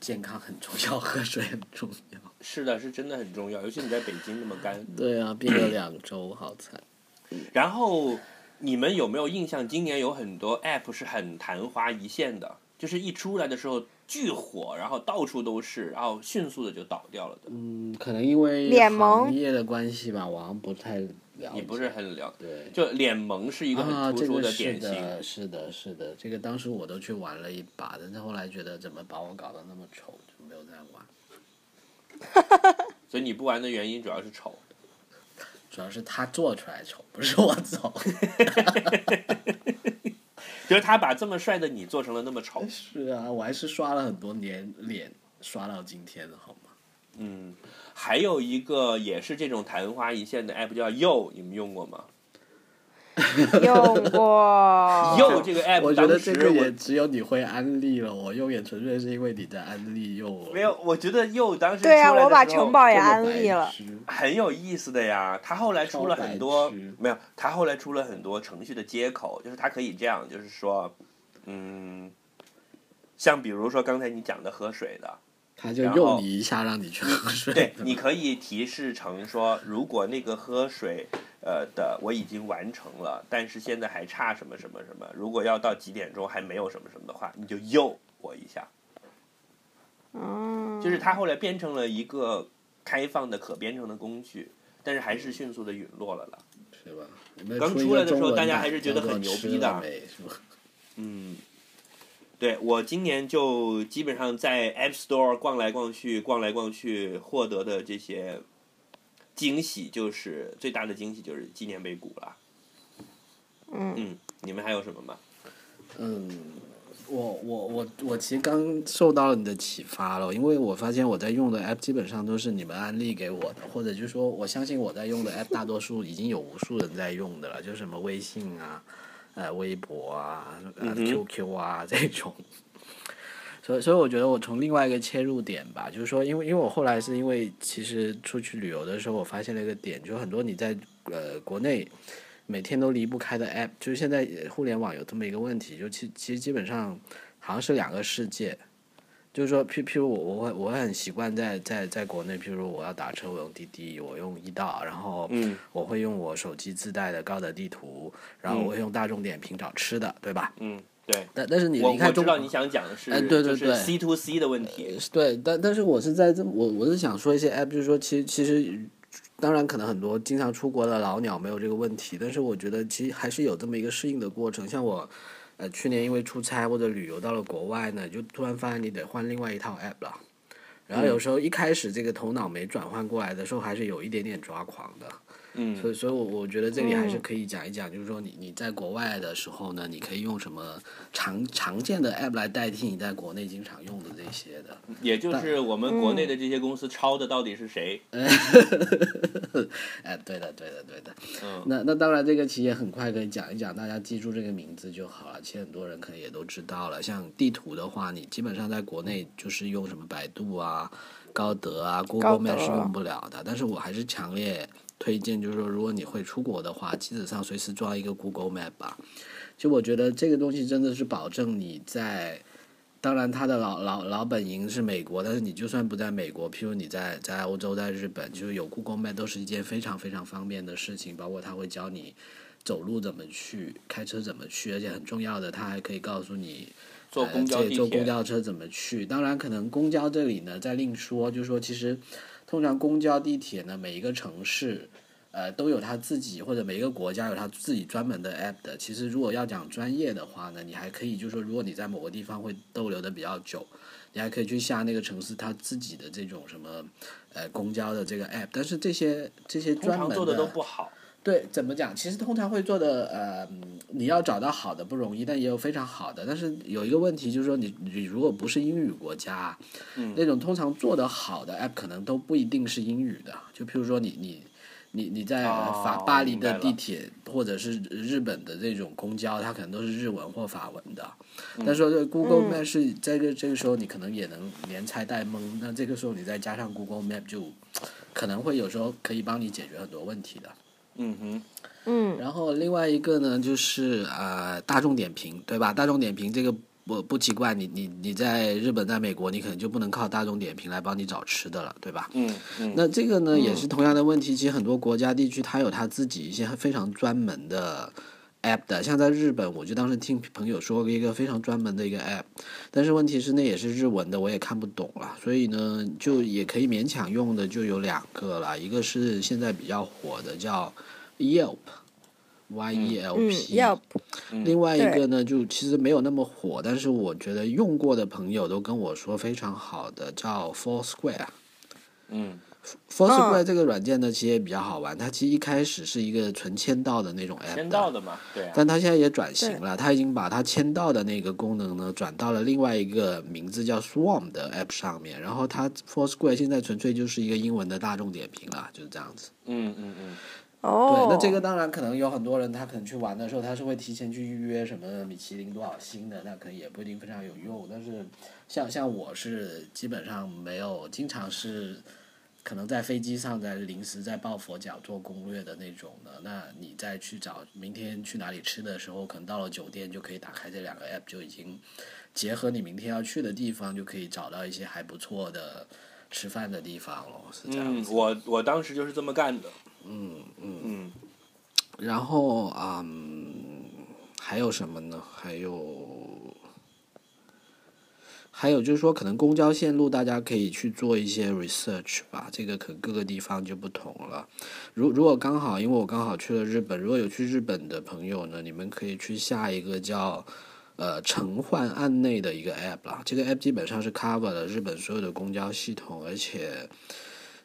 健康很重要，喝水很重要。
是的，是真的很重要，尤其你在北京那么干。
对啊，病了两周，好惨。
然后你们有没有印象？今年有很多 app 是很昙花一现的，就是一出来的时候巨火，然后到处都是，然后迅速的就倒掉了的。
嗯，可能因为
脸
行
盲
业的关系吧，我好像不太了解。
你不是很了，
对。
就脸萌是一个
嗯啊，
很突
这
出
个是
典型。
的，是的，是的，这个当时我都去玩了一把，但是后来觉得怎么把我搞得那么丑，就没有再玩。
所以你不玩的原因主要是丑。
主要是他做出来丑，不是我丑。
就是他把这么帅的你做成了那么丑。
是啊，我还是刷了很多年脸，刷到今天的好吗？
嗯，还有一个也是这种昙花一现的 app 叫 Yo，你们用过吗
用 过
？Yo 这个 app，
啊我
哎
觉得
当
这
时
个
我
也只有你会安利了我，用也纯粹是因为你在安利用我。
没有，我觉得 Yo 当时
对啊，
出来的
我把
时候
城堡也
这么
安
白
利了。
痴
很有意思的呀。他后来出了很多
超白痴
没有，他后来出了很多程序的接口，就是他可以这样，就是说，嗯，像比如说刚才你讲的喝水的，
他就
然
用
后
你一下让你去喝水。
对，你可以提示成说，如果那个喝水，呃的我已经完成了，但是现在还差什么什么什么，如果要到几点钟还没有什么什么的话，你就又我一下。
嗯，
就是它后来变成了一个开放的可编程的工具，但是还是迅速的陨落了啦。
是吧？有没有
刚
一
出
个
来的时候
中文
大家
版
还是觉得
叫做
很牛
吃
逼的
了没是吧？
嗯，对我今年就基本上在 App Store 逛来逛去，逛来逛去，获得的这些惊喜就是最大的惊喜就是纪念碑谷了。
嗯
你们还有什么吗？
嗯，我我我我其实刚受到了你的启发了，因为我发现我在用的 app 基本上都是你们安利给我的，或者就是说我相信我在 用的 app 大多数已经有无数人在用的了，就是什么微信啊、呃微博啊、呃
嗯哼
QQ 啊这种。所以，所以我觉得我从另外一个切入点吧，就是说，因为因为我后来是因为其实出去旅游的时候，我发现了一个点，就是很多你在呃国内每天都离不开的 app，就是现在呃互联网有这么一个问题，就其其实基本上好像是两个世界。就是说，譬譬如我我会我会很习惯在在在国内，譬如我要打车，我用滴滴，我用易到，然后
嗯
我会用我手机自带的高德地图，然后
嗯
我会用大众点评找吃的，对吧？
嗯，对。
但但是你
我
你看
我
中
知
国
道你想讲的是，
哎对对
就是
对
C to C 的问题。
对，但但是我是在这么，我我是想说一些哎 app，就是说其实其实，当然可能很多经常出国的老鸟没有这个问题，但是我觉得其实还是有这么一个适应的过程。像我，呃，去年因为出差或者旅游到了国外呢，就突然发现你得换另外一套 app 了。然后有时候一开始这个头脑没转换过来的时候，还是有一点点抓狂的。
嗯
所以，所以我我觉得这里还是可以讲一讲，就是说你你在国外的时候呢，你可以用什么常常见的 app 来代替你在国内经常用的这些的。
也就是我们国内的这些公司抄的到底是谁？
嗯哎，对的，对的，对的。
嗯
那那当然，这个其实也很快可以讲一讲，大家记住这个名字就好了。其实很多人可能也都知道了。像地图的话，你基本上在国内就是用什么百度啊、高德啊、
高
Google
德
Map 是用不了的。但是我还是强烈推荐，就是说，如果你会出国的话，基本上随时装一个 Google Map 吧。就我觉得这个东西真的是保证你在。当然，它的老老老本营是美国，但是你就算不在美国，譬如你在在欧洲、在日本，就是有 Google Map 都是一件非常非常方便的事情。包括它会教你走路怎么去，开车怎么去，而且很重要的，它还可以告诉你
坐
呃
公交、
这
地
坐
铁
公。交车怎么去？当然，可能公交这里呢再另说，就是说其实通常公交、地铁呢，每一个城市。呃，都有它自己或者每一个国家有它自己专门的 app 的。其实如果要讲专业的话呢，你还可以就是说，如果你在某个地方会逗留的比较久，你还可以去下那个城市它自己的这种什么呃公交的这个 app。但是这些这些
通
专门
常做的都不好，
对，怎么讲？其实通常会做的，呃，嗯你要找到好的不容易，但也有非常好的。但是有一个问题就是说你，你如果不是英语国家，
嗯
那种通常做的好的 app 可能都不一定是英语的。就譬如说你你你你在呃
哦
法巴黎
明白
的
了
地铁或者是日本的这种公交，它可能都是日文或法文的。
嗯
但是说这 Google Map 是在这个这个时候你可能也能连猜带蒙，那这个时候你再加上 Google Map 就可能会有时候可以帮你解决很多问题的。
嗯哼，
嗯，
然后另外一个呢，就是呃，大众点评，对吧？大众点评这个不不奇怪，你你你在日本，在美国，你可能就不能靠大众点评来帮你找吃的了，对吧？
嗯嗯，
那这个呢，也是同样的问题。其实很多国家地区，它有它自己一些非常专门的 app 的。像在日本，我就当时听朋友说过一个非常专门的一个 app，但是问题是那也是日文的，我也看不懂了。所以呢，就也可以勉强用的就有两个了，一个是现在比较火的叫 Yelp，Y E L
嗯
P，、
要不
另外一
对
个呢，就其实没有那么火，但是我觉得用过的朋友都跟我说非常好的，叫 Foursquare。
嗯
Foursquare 这个软件呢，其实也比较好玩。它其实一开始是一个纯签到的那种 app，
签
的
到的嘛，对啊，
但它现在也转型了，它已经把它签到的那个功能呢，转到了另外一个名字叫 Swarm 的 app 上面。然后它 Foursquare 现在纯粹就是一个英文的大众点评了，就是这样子。
嗯嗯嗯，
哦，
对，那这个当然可能有很多人，他可能去玩的时候，他是会提前去预约什么米其林多少星的，那可能也不一定非常有用。但是像像我是基本上没有，经常是可能在飞机上在临时在抱佛脚做攻略的那种的。那你再去找明天去哪里吃的时候，可能到了酒店就可以打开这两个 app，就已经结合你明天要去的地方，就可以找到一些还不错的吃饭的地方咯，是这样
嗯
子。，
我我当时就是这么干的，嗯嗯
然后嗯，还有什么呢？还有，还有就是说，可能公交线路大家可以去做一些 research 吧，这个可能各个地方就不同了。如如果刚好，因为我刚好去了日本，如果有去日本的朋友呢，你们可以去下一个叫。呃，城换案内的一个 app 啦，这个 app 基本上是 cover 了日本所有的公交系统，而且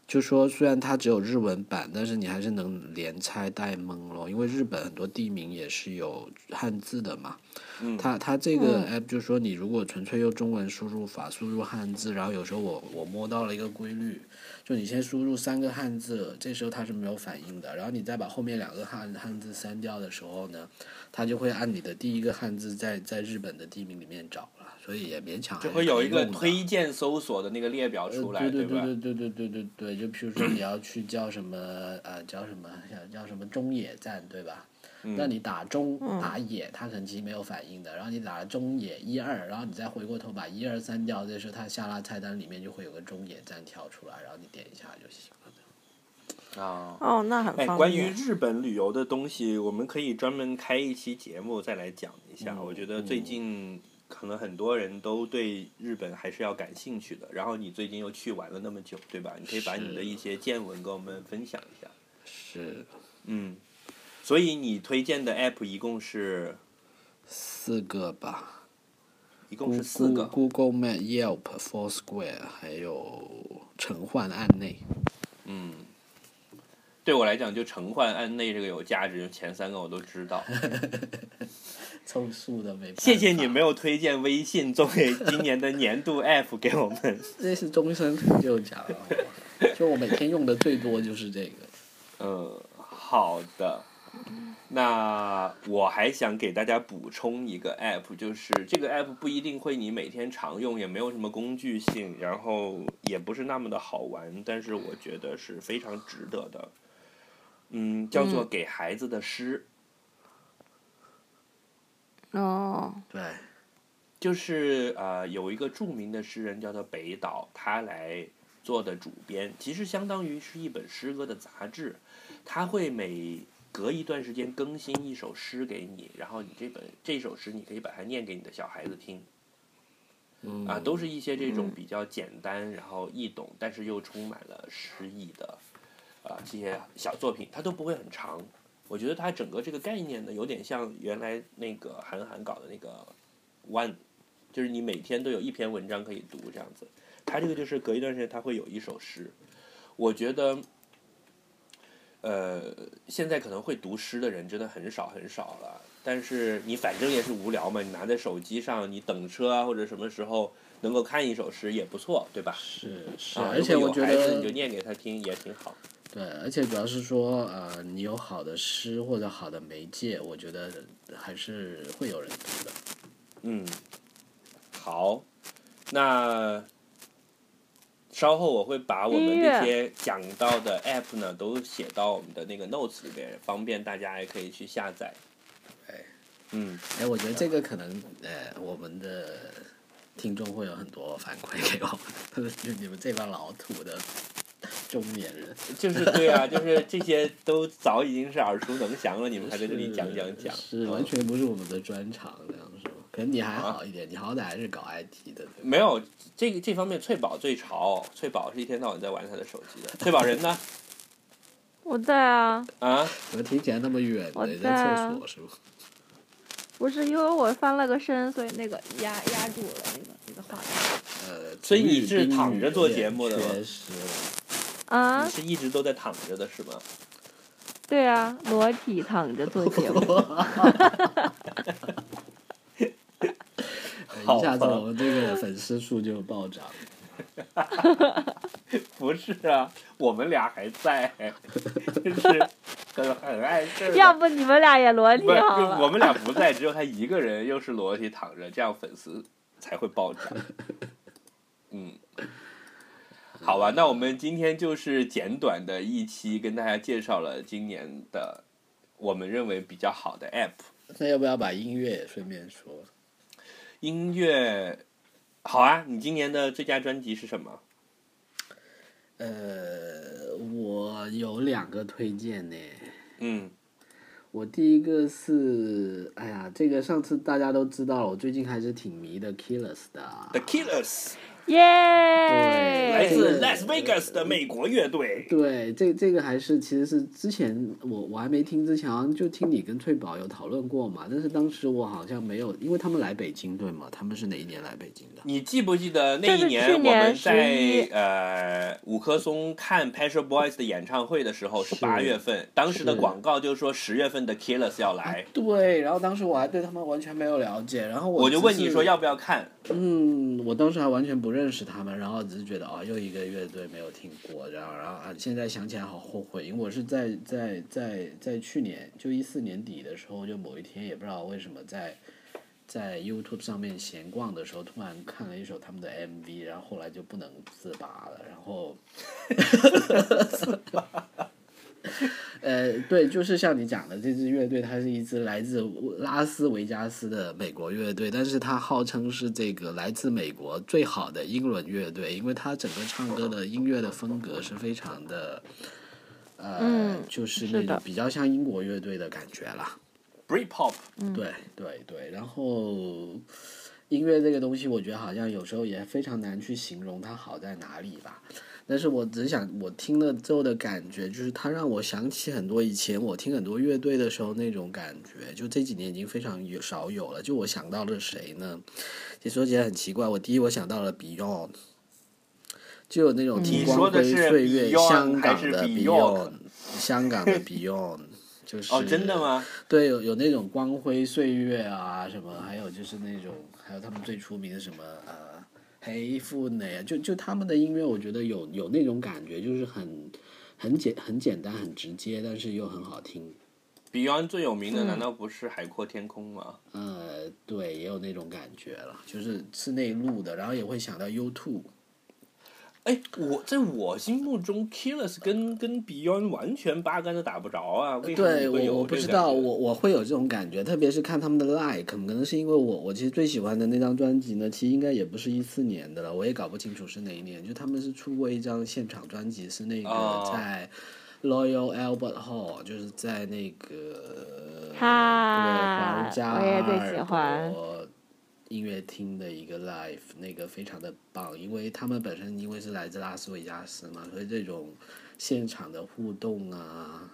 就说虽然它只有日文版，但是你还是能连猜带蒙咯，因为日本很多地名也是有汉字的嘛。
嗯
它它这个 app 就说你如果纯粹用中文输入法输入汉字，然后有时候我我摸到了一个规律，就你先输入三个汉字，这时候它是没有反应的，然后你再把后面两个汉汉字删掉的时候呢，它就会按你的第一个汉字在在日本的地名里面找了，所以也勉强还
就是会有
哎可以
一个
用的
推荐搜索的那个列表出来，
呃对
吧？
对对对对对对对，就譬如说你要去叫什么呃叫什么叫叫什么中野站对吧？
嗯
那你打中打野，它可能其实没有反应的。然后你打了中野一二，然后你再回过头把一二删掉，这时候它下拉菜单里面就会有个中野站跳出来，然后你点一下就行了。
啊。
哦，那很
哎
方，便。
关于日本旅游的东西，我们可以专门开一期节目再来讲一下。
嗯
我觉得最近可能很多人都对日本还是要感兴趣的。然后你最近又去玩了那么久，对吧？你可以把你的一些见闻跟我们分享一下。
是
嗯，所以你推荐的 app 一共是
四个吧
一共是四
，Google
个。
Google Map、Yelp、Foursquare，还有城换案内。
嗯，对我来讲，就城换案内这个有价值，前三个我都知道。
凑数的没办法。
谢谢你没有推荐微信作为今年的年度 app 给我们。
这是终身成就奖了，好吧就我每天用的最多就是这个。
嗯，好的。那我还想给大家补充一个 app，就是这个 app 不一定会你每天常用，也没有什么工具性，然后也不是那么的好玩，但是我觉得是非常值得的。嗯，叫做给孩子的诗。
哦，
对，
就是呃，有一个著名的诗人叫做北岛，他来做的主编，其实相当于是一本诗歌的杂志，他会每隔一段时间更新一首诗给你，然后你这本这首诗你可以把它念给你的小孩子听
嗯
啊，都是一些这种比较简单，然后易懂，但是又充满了诗意的啊这些小作品，它都不会很长。我觉得它整个这个概念呢，有点像原来那个韩寒搞的那个 one，就是你每天都有一篇文章可以读这样子。他这个就是隔一段时间他会有一首诗，我觉得，呃，现在可能会读诗的人真的很少很少了。但是你反正也是无聊嘛，你拿在手机上，你等车啊或者什么时候能够看一首诗也不错，对吧？
是是，
啊，
而且
如
我
果
觉
有孩子你就
得
念给他听也挺好。
对，而且主要是说呃，你有好的诗或者好的媒介，我觉得还是会有人读的。
嗯，好，那稍后我会把我们这
音乐
些讲到的 app 呢，都写到我们的那个 notes 里边，方便大家也可以去下载。
哎，
嗯，
哎，我觉得这个可能呃，我们的听众会有很多反馈给我们， 就你们这帮老土的中年人，
就是对啊，就是这些都早已经是耳熟能详了，你们还在这里讲讲讲，
是是
嗯
完全不是我们的专长，这样说。可能你还好一点，你好歹还是搞 IT 的，对吧？
没有这个这方面，翠宝最潮，翠宝是一天到晚在玩他的手 机的。翠宝人呢？
我在啊，
啊，
怎么听起来呃那么远
我
呢？你
在
在
啊
厕所是吗？
不是因为我翻了个身，所以那个压压住
啊
了那个那个画面。
呃，
所以
主语
你是
宾
躺
语
着
有
做
点
节目的吗
缺失了
啊
你，是一直都在躺着的是吗？
对啊，裸体躺着做节 目。
呃
好
一下子
吧
我们这个粉丝数就暴涨。
不是啊，我们俩还在， 就是很很碍事儿的。
要不啊你们俩也裸体
不是，
好
就我
了。
们俩不在，只有他一个人，又是裸体躺着，这样粉丝才会爆 炸。嗯，好吧，那我们今天就是简短的一期，跟大家介绍了今年的我们认为比较好的 app
那要不要把音乐也顺便说？
音乐。好啊，你今年的最佳专辑是什么？
呃，我有两个推荐呢。
嗯，
我第一个是，哎呀，这个上次大家都知道了，我最近还是挺迷的 Killers 的。啊
The Killers
对
来
耶！
自 Las Vegas 的美国乐队。
对，这这个还是其实是之前我我还没听之前，好像就听你跟翠宝有讨论过嘛，但是当时我好像没有，因为他们来北京对吗？他们是哪一年来北京的？
你记不记得那
这
一
是去
我
年
们在
11
呃五棵松看 Passion Boys 的演唱会的时候是
是
八月份，当时的
是哎
广告就说十月份的 Killers 要来，
对，然后当时我还对他们完全没有了解，然后
我就
只
问你
是
说要不要看，
嗯，我当时还完全不认识他们，然后只是觉得啊、又一个乐队没有听过，然后然后啊，现在想起来好后悔，因为我是在在在在去年就一四年底的时候，就某一天也不知道为什么在在 YouTube 上面闲逛的时候，突然看了一首他们的 MV，然后后来就不能自拔了，然后呃，对，就是像你讲的，这支乐队它是一支来自拉斯维加斯的美国乐队，但是它号称是这个来自美国最好的英伦乐队，因为它整个唱歌的音乐的风格是非常的，呃，
嗯
就是
是
那种
的
比较像英国乐队的感觉啦。
Britpop
对对对，然后音乐这个东西，我觉得好像有时候也非常难去形容它好在哪里吧。但是我只想，我听了之后的感觉，就是它让我想起很多以前我听很多乐队的时候那种感觉，就这几年已经非常有少有了。就我想到了谁呢？其实说起来很奇怪，我第一我想到了 Beyond，就有那种听
你
光
说的
辉
是
岁月，
Beyond
香
还
港
是
的
Beyond？
Beyond，香港的 Beyond，就是
哦，真的吗？
对，有有那种光辉岁月啊，什么，还有就是那种，还有他们最出名的什么呃，黑妇女啊，就就他们的音乐，我觉得有有那种感觉，就是很很简很简单，很直接，但是又很好听。
Beyond 最有
嗯
名的难道不是《海阔天空》吗？
呃，对，也有那种感觉了，就是是内陆的，然后也会想到 U2。
哎，我在我心目中 Killers 跟跟 Beyond 完全八竿子打不着啊，为什么你
对
会有
我我不
这
知
个感
道，
觉
我我会有这种感觉，特别是看他们的 live，可能可能是因为我我其实最喜欢的那张专辑呢，其实应该也不是一四年的了，我也搞不清楚是哪一年，就他们是出过一张现场专辑，是那
哦
个在 Royal Albert Hall，就是在那个
哈
对皇家
我也最喜欢
阿尔伯音乐厅的一个 live，那个非常的棒，因为他们本身因为是来自拉斯维加斯嘛，所以这种现场的互动啊，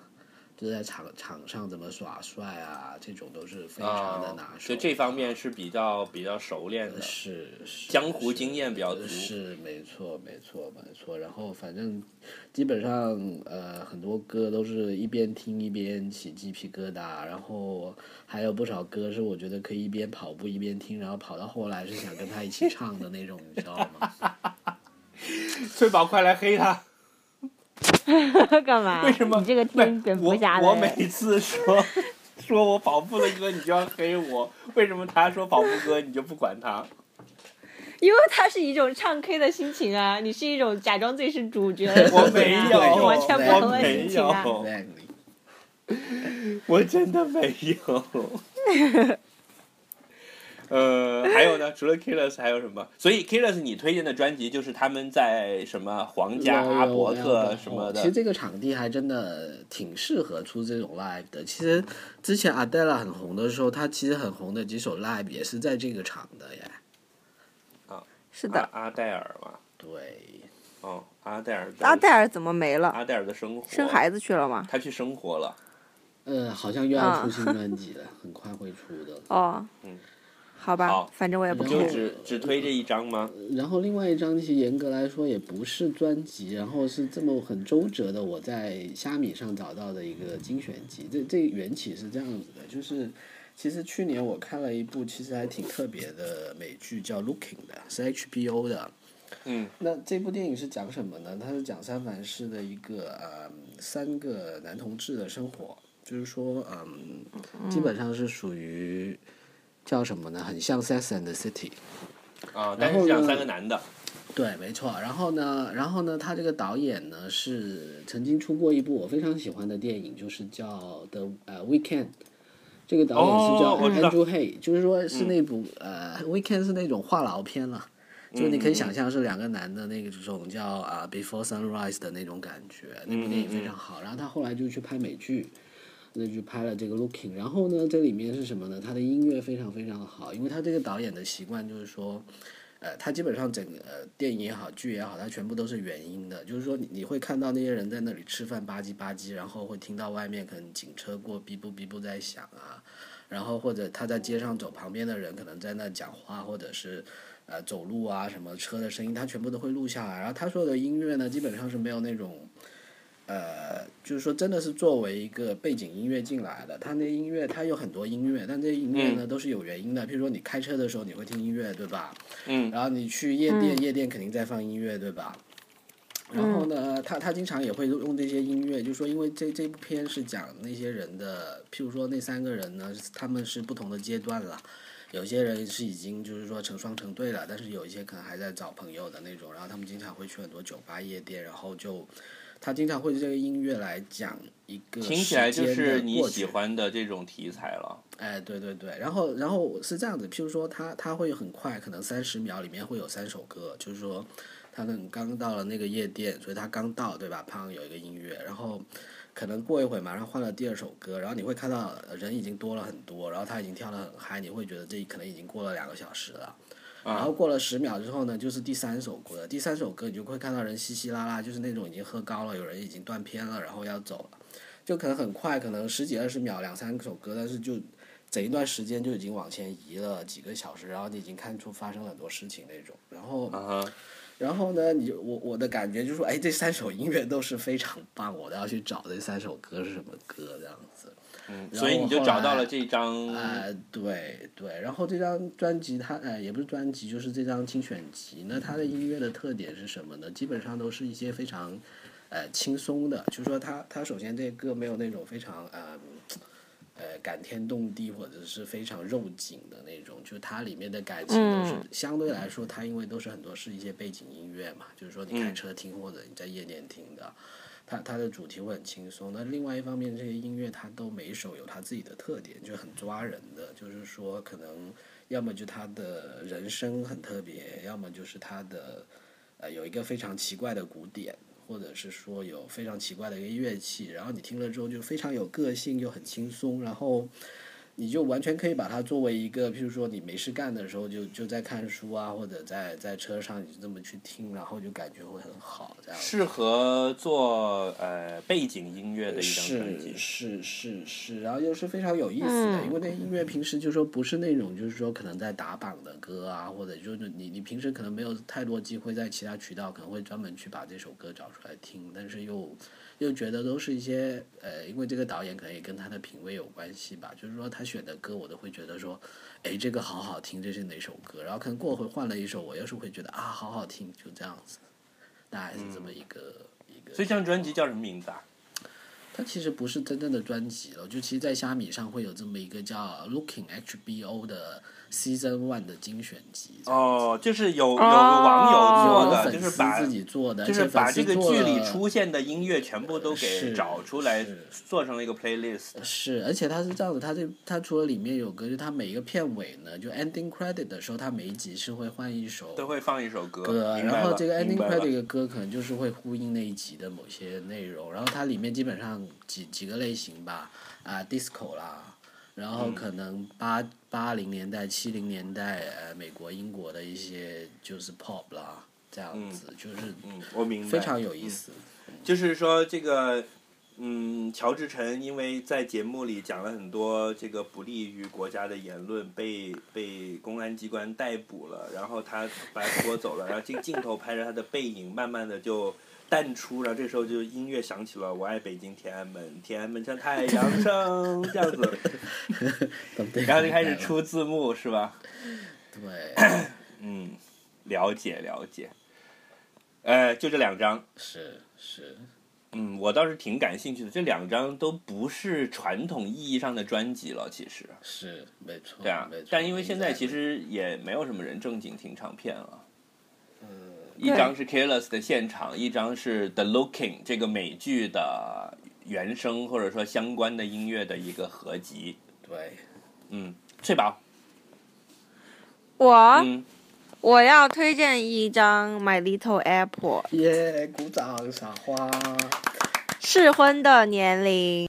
就在场场上怎么耍帅啊，这种都是非常的拿
啊，
手。
就这方面是比较比较熟练的。
是是
江湖
是
经验比较足
是没错没错没错。然后反正基本上呃很多歌都是一边听一边起鸡皮疙瘩，然后还有不少歌是我觉得可以一边跑步一边听，然后跑到后来是想跟他一起唱的那种，你知道 吗？
翠宝，快来黑他！
干嘛？
为什么？
你这个
不是
听蝙
我
蝠侠
我
的人？
每次说说我跑步的歌，你就要黑我，为什么他说跑步歌你就不管他？
因为它是一种唱 K 的心情啊，你是一种假装自己是主角
哎我 没
有
是完全不同
我
的
没
心情啊
有。
Exactly
我真的没有。呃，还有呢？除了 Killers 还有什么？所以 Killers 你推荐的专辑就是他们在什么皇家阿伯特什么
其实
的，
这个场地还真的挺适合出这种 live 的。其实之前 Adela 很红的时候，她其实很红的几首 live 也是在这个场的耶。
是
阿
的，
阿黛尔嘛，
对，
哦，阿黛尔的，
阿黛尔怎么没了？
阿黛尔的生活，
生孩子去了吗？
他去生活了。
呃，好像又要出新专辑了，很快会出的。
哦，好吧，
嗯好
反正我也不
嗯
就
酷。
只只推这一张吗？
然后另外一张其实严格来说也不是专辑，然后是这么很周折的，我在虾米上找到的一个精选集。这这缘起是这样子的，就是其实去年我看了一部其实还挺特别的美剧，叫《Looking》的，是 HBO 的。
嗯，
那这部电影是讲什么呢？它是讲三藩市的一个呃三个男同志的生活，就是说嗯，基本上是属于叫什么呢？很像《Sex and the City》。
啊，但
然
是
后
讲
呢
三个男的，
对，没错。然后呢，然后呢，他这个导演呢是曾经出过一部我非常喜欢的电影，就是叫《The 呃 Weekend》。这个导演是叫
哦我知道嗯
Andrew Hay，、就是说是那部、呃 Weekend 是那种话痨片了。就是你可以想象是两个男的那种叫啊、Before Sunrise 的那种感觉，那部电影非常好。然后他后来就去拍美剧，那就拍了这个 Looking。然后呢，这里面是什么呢？他的音乐非常非常好，因为他这个导演的习惯就是说，呃，他基本上整个、呃、电影也好，剧也好，他全部都是原音的，就是说你你会看到那些人在那里吃饭吧唧吧唧，然后会听到外面可能警车过，哔不哔不在响啊，然后或者他在街上走，旁边的人可能在那讲话，或者是呃走路啊什么车的声音，他全部都会录下来。然后他所有的音乐呢，基本上是没有那种。呃，就是说，真的是作为一个背景音乐进来的，他那音乐，他有很多音乐，但这些音乐呢、都是有原因的。譬如说，你开车的时候你会听音乐，对吧？
嗯
然后你去夜店，夜店肯定在放音乐，对吧？
嗯
然后呢，他他经常也会用这些音乐，就说因为这这部片是讲那些人的，譬如说那三个人呢，他们是不同的阶段了，有些人是已经就是说成双成对了，但是有一些可能还在找朋友的那种，然后他们经常会去很多酒吧、夜店，然后就他经常会这个音乐来讲一个
听起来就
时间
是
的
你
过
喜
去
欢的这种题材了。
哎，对对对，然后然后是这样子，譬如说他他会很快，可能三十秒里面会有三首歌，就是说他们刚到了那个夜店，所以他刚到对吧？胖有一个音乐，然后可能过一会儿马上换了第二首歌，然后你会看到人已经多了很多，然后他已经跳得很嗨，你会觉得这可能已经过了两个小时了。然后过了十秒之后呢，就是第三首歌，第三首歌你就会看到人稀稀拉拉，就是那种已经喝高了，有人已经断片了，然后要走了，就可能很快，可能十几二十秒，两三首歌，但是就整一段时间就已经往前移了几个小时，然后你已经看出发生了很多事情那种，然后。
嗯哼，
然后呢，你就我我的感觉就是说，哎，这三首音乐都是非常棒，我都要去找这三首歌是什么歌这样子。
嗯
然
所以
后
你就
后
找到
来
了这张
呃，对对，然后这张专辑它呃也不是专辑，就是这张精选集。那它的音乐的特点是什么呢？基本上都是一些非常呃轻松的，就是说它它首先这歌没有那种非常呃呃感天动地或者是非常肉紧的那种，就它里面的感情都是、相对来说，它因为都是很多是一些背景音乐嘛，就是说你开
嗯
车听或者你在夜店听的。它它的主题会很轻松。那另外一方面，这些音乐它都每一首有它自己的特点，就很抓人的，就是说可能要么就他的人声很特别，要么就是他的呃有一个非常奇怪的鼓点。或者是说有非常奇怪的一个乐器，然后你听了之后就非常有个性，又很轻松，然后你就完全可以把它作为一个，譬如说你没事干的时候就就在看书啊，或者在在车上你就这么去听，然后就感觉会很好这样子。
适合做呃背景音乐的一张专辑
是。是是是，然后又是非常有意思的，因为那音乐平时就说不是那种就是说可能在打榜的歌啊，或者就是你你平时可能没有太多机会在其他渠道可能会专门去把这首歌找出来听，但是又又觉得都是一些呃，因为这个导演可能也跟他的品味有关系吧，就是说他选的歌我都会觉得说，哎这个好好听，这是哪首歌，然后可能过会换了一首，我又是会觉得啊好好听，就这样子，大概是这么一个。一个
嗯所以这张专辑叫什么名字啊？
它其实不是真正的专辑了，就其实，在虾米上会有这么一个叫 Looking HBO 的 Season One 的精选集。
哦，就是有有个网友
哦有
做的，
粉
就是
丝
把
自己做的，
就
而
是
且
把
粉丝
这个
做
剧里
了
出现的音乐全部都给
是
找出来
是，
做成了一个 playlist。
是，而且它是这样子，它这它除了里面有歌，就它每一个片尾呢，就 ending credit 的时候，它每一集是会换一首
都会放一首歌，
歌，
明白
然后
了
这个
明
ending
白了
credit 这个歌可能就是会呼应那一集的某些内容，然后它里面基本上几几个类型吧，啊、disco 啦，然后可
嗯
能八八零年代、七零年代呃美国、英国的一些就是 pop 啦，这样子、就是
嗯嗯，我明白，
非常有意思。
就是说这个嗯，乔治陈因为在节目里讲了很多这个不利于国家的言论，被被公安机关逮捕了，然后他把他拖走了，然后这个镜头拍着他的背影，慢慢的就淡出，然后这时候就音乐响起了《我爱北京天安门》，天安门像太阳升这样子，然后就开始出字幕是吧？
对，
嗯，了解了解，呃，就这两张，
是是，
嗯，我倒是挺感兴趣的。这两张都不是传统意义上的专辑了，其实，
是没错，
对啊
嗯没错。
但因为现在
应该
其实也没有什么人正经听唱片了。
呃
一张是 Killers 的现场，一张是 The Looking 这个美剧的原声或者说相关的音乐的一个合集。
对，
嗯，翠宝，
我、
嗯，
我要推荐一张《My Little Apple》，
耶，鼓掌赏花，
适婚的年龄，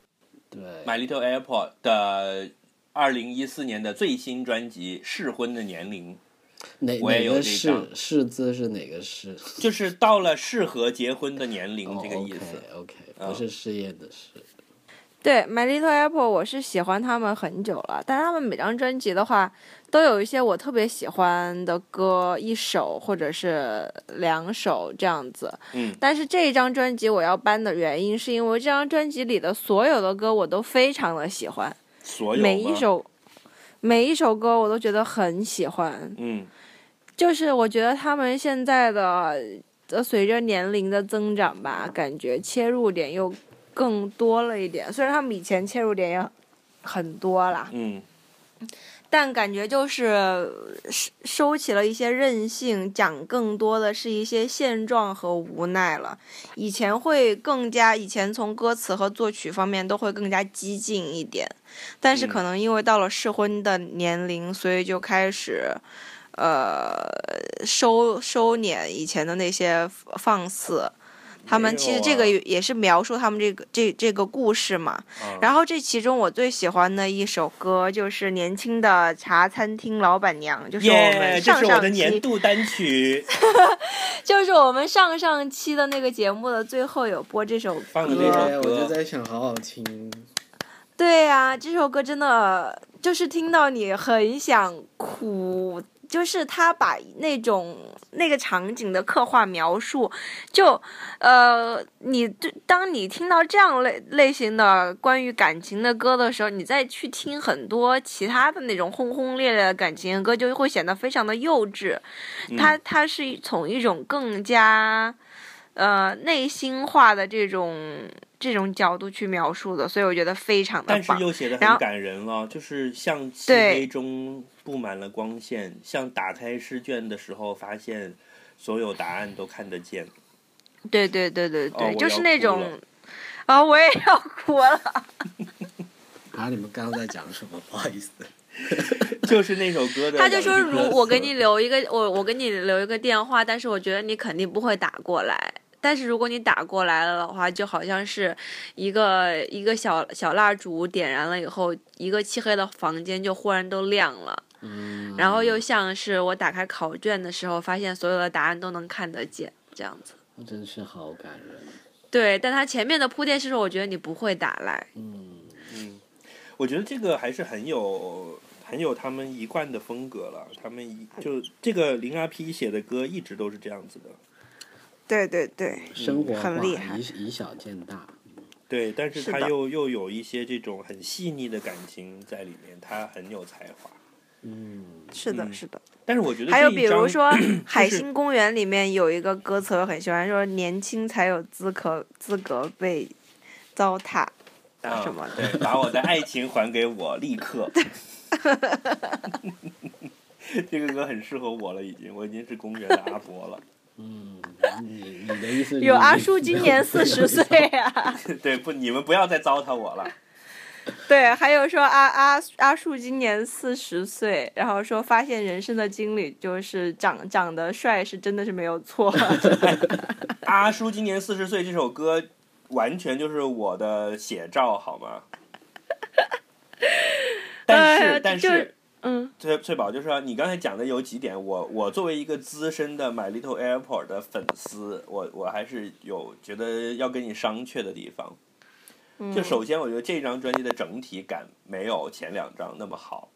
对，
《My Little Airport》的二零一四年的最新专辑《适婚的年龄》。
哪
我也
哪
有
个
这
是
张
是字是哪个是？
就是到了适合结婚的年龄
哦
这个意思。
o k
嗯
不是事业的事，
对，《My Little Apple》，我是喜欢他们很久了，但是他们每张专辑的话，都有一些我特别喜欢的歌，一首或者是两首这样子。
嗯
但是这一张专辑我要搬的原因，是因为这张专辑里的所有的歌我都非常的喜欢，
所有吗
每一，首，每一首歌我都觉得很喜欢。
嗯
就是我觉得他们现在的，呃，随着年龄的增长吧，感觉切入点又更多了一点。虽然他们以前切入点也很多啦，
嗯
但感觉就是呃收收起了一些任性，讲更多的是一些现状和无奈了。以前会更加，以前从歌词和作曲方面都会更加激进一点，但是可
嗯
能因为到了适婚的年龄，所以就开始。呃，收收敛以前的那些放肆，他们
没
其
有
实这
啊
个也是描述他们这个这这个故事嘛，
啊
然后这其中我最喜欢的一首歌就是年轻的茶餐厅老板娘，就是我
耶，
们
这
上
是我的
上
年
期，
度单 曲，
就是我们上上期的那个节目的最后有播这首歌。
放的这
对，
首
我
歌，
就在想，好好听，
对呀、这首歌真的就是听到你很想哭，就是他把那种那个场景的刻画描述，就呃，你对当你听到这样类类型的关于感情的歌的时候，你再去听很多其他的那种轰轰烈烈的感情的歌，就会显得非常的幼稚。它它是从一种更加呃内心化的这种这种角度去描述的，所以我觉得非常的
但是
棒。
又写的
然
很
后
感人啊，就是像漆
对
黑中布满了光线，像打开试卷的时候发现所有答案都看得见。
对对对对对，
哦我
就
要
是那
哭了
种。 啊、我也要哭了。
啊，你们刚刚在讲什么？不好意思，
就是那首歌的，
他就说，如我给你
留，
留一个，我我给你留一个电话，但是我觉得你肯定不会打过来。但是如果你打过来了的话，就好像是一个一个小小蜡烛点燃了以后，一个漆黑的房间就忽然都亮了。
嗯，
然后又像是我打开考卷的时候，发现所有的答案都能看得见，这样子。
真是好感人，
对，但他前面的铺垫是说，我觉得你不会打来。
嗯，
我觉得这个还是很有很有他们一贯的风格了。他们一就这个林阿 P 写的歌一直都是这样子的，
对对
嗯
对，
生活化
很厉害
以以小见大，
对，但是
是
他
的
又又有一些这种很细腻的感情在里面，他很有才华。
嗯，
是
嗯
的。
但是我觉得
还有
这一
比如
张
说《海星公园》里面有一个歌词我很喜欢，说年轻才有资格资格被糟蹋，
啊
什么的
对，把我的爱情还给我，立刻。 这个歌很适合我了，已经，我已经是公园的阿伯了。
嗯，你你的意思是
有
嗯
阿
你
叔今年四 十岁啊，
对，不，你们不要再糟蹋我了。
对，还有说阿阿阿叔今年四十岁，然后说发现人生的经历就是长长得帅是真的是没有 错，
阿叔今年四十岁，这首歌完全就是我的写照，好吗？但
哎
是
呀，
但，
就是嗯，
翠翠宝就说，你刚才讲的有几点，我我作为一个资深的 My Little Airport 的粉丝，我我还是有觉得要跟你商榷的地方。
嗯
就首先，我觉得这张专辑的整体感没有前两张那么好，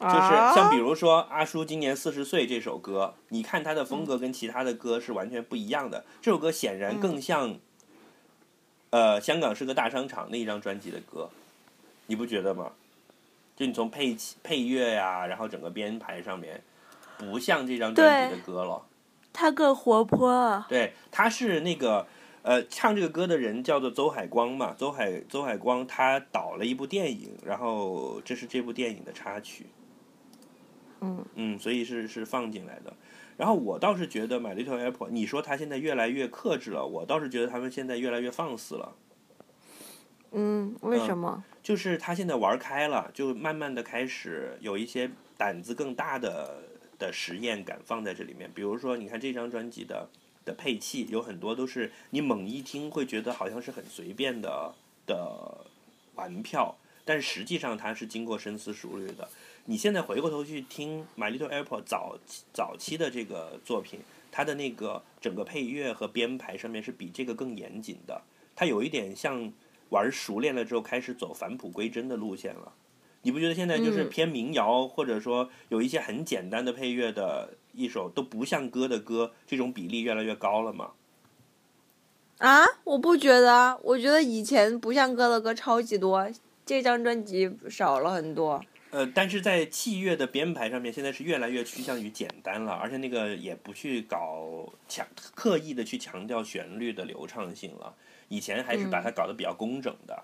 就是
啊
像比如说阿叔今年四十岁这首歌，你看他的风格跟其他的歌是完全不一样的。这首歌显然
嗯
更像，呃，香港是个大商场那一张专辑的歌，你不觉得吗？就你从配器配乐呀、然后整个编排上面，不像这张专辑的歌了。
他更活泼，啊
对，他是那个呃，唱这个歌的人叫做邹海光嘛，邹海邹海光他导了一部电影，然后这是这部电影的插曲。
嗯
嗯，所以是是放进来的。然后我倒是觉得《My Little Airport》，你说他现在越来越克制了，我倒是觉得他们现在越来越放肆了。
嗯，为什么？
就是他现在玩开了，就慢慢的开始有一些胆子更大的的实验感放在这里面。比如说，你看这张专辑的的配器有很多都是你猛一听会觉得好像是很随便的的玩票，但是实际上它是经过深思熟虑的。你现在回过头去听《My Little Airport》早早期的这个作品，它的那个整个配乐和编排上面是比这个更严谨的，它有一点像玩熟练了之后开始走返璞归真的路线了。你不觉得现在就是
嗯
偏民谣，或者说有一些很简单的配乐的一首都不像歌的歌，这种比例越来越高了吗？
啊，我不觉得啊，我觉得以前不像歌的歌超级多，这张专辑少了很多。
呃，但是在器乐的编排上面，现在是越来越趋向于简单了，而且那个也不去搞强刻意的去强调旋律的流畅性了。以前还是把它搞得比较工整的，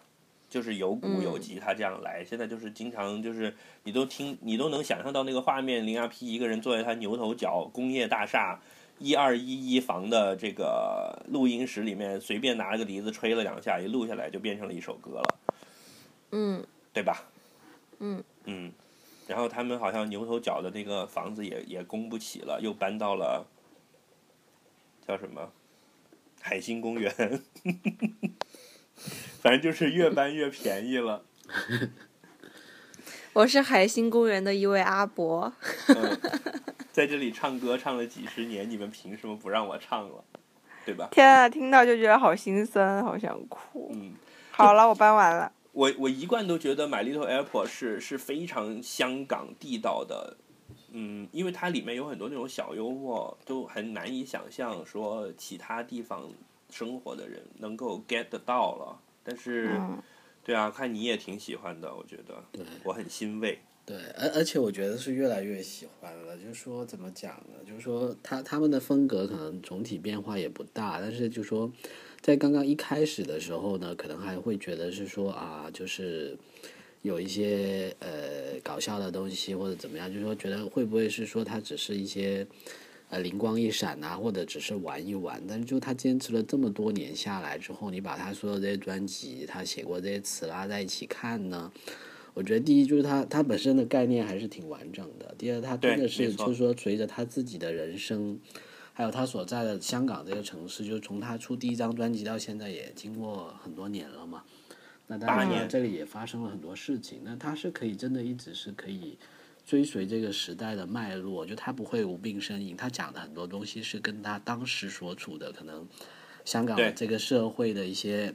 就是有鼓有
嗯
吉他这样来。现在就是经常就是你都听你都能想象到那个画面，林阿 P 一个人坐在他牛头角工业大厦一二一一房的这个录音室里面，随便拿了个笛子吹了两下，一录下来就变成了一首歌了。
嗯
对吧？
嗯
嗯，然后他们好像牛头角的那个房子也也供不起了，又搬到了叫什么海星公园， 反正就是越搬越便宜了。
我是海星公园的一位阿伯。
嗯，在这里唱歌唱了几十年，你们凭什么不让我唱了？对吧？
天啊，听到就觉得好心酸，好想哭。
嗯，
好了，我搬完了。
我我一贯都觉得《My Little Airport 是》是非常香港地道的，嗯，因为它里面有很多那种小幽默，都很难以想象说其他地方生活的人能够 get 得到了。但是，
嗯
对啊，看你也挺喜欢的，我觉得
对
我很欣慰。
对，而而且我觉得是越来越喜欢了。就是说，怎么讲呢？就是说他，他们的风格可能总体变化也不大，但是就说，在刚刚一开始的时候呢，可能还会觉得是说啊，就是有一些呃搞笑的东西或者怎么样，就是说觉得会不会是说他只是一些呃灵光一闪啊，或者只是玩一玩。但是就他坚持了这么多年下来之后，你把他所有这些专辑，他写过这些词拉在一起看呢，我觉得第一就是他他本身的概念还是挺完整的，第二他
对
真的
没
是
错
就是说随着他自己的人生。还有他所在的香港这个城市，就是从他出第一张专辑到现在，也经过很多年了嘛。那当
八
然
年
了，这里也发生了很多事情。那他是可以真的一直是可以追随这个时代的脉络，就他不会无病呻吟。他讲的很多东西是跟他当时所处的可能香港
对
这个社会的一些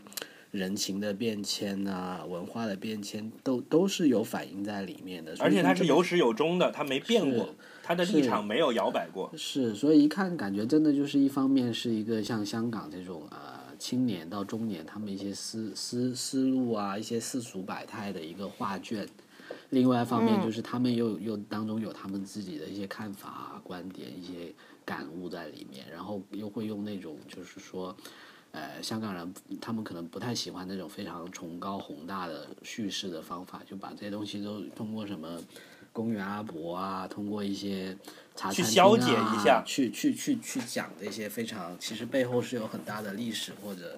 人情的变迁啊、文化的变迁，都都是有反映在里面的。所以
而且
从
他是
这
有
个
始有终的，他没变过
是，
他的立
是
场没有摇摆过。
是，所以一看感觉真的就是一方面是一个像香港这种呃青年到中年他们一些思思思路啊，一些世俗百态的一个画卷。另外一方面就是他们又又当中有他们自己的一些看法、啊、观点、一些感悟在里面，然后又会用那种就是说，呃，香港人他们可能不太喜欢那种非常崇高宏大的叙事的方法，就把这些东西都通过什么公园阿伯啊，通过一些茶
去
餐厅
消解
啊
一下
去去去去讲这些非常其实背后是有很大的历史或者。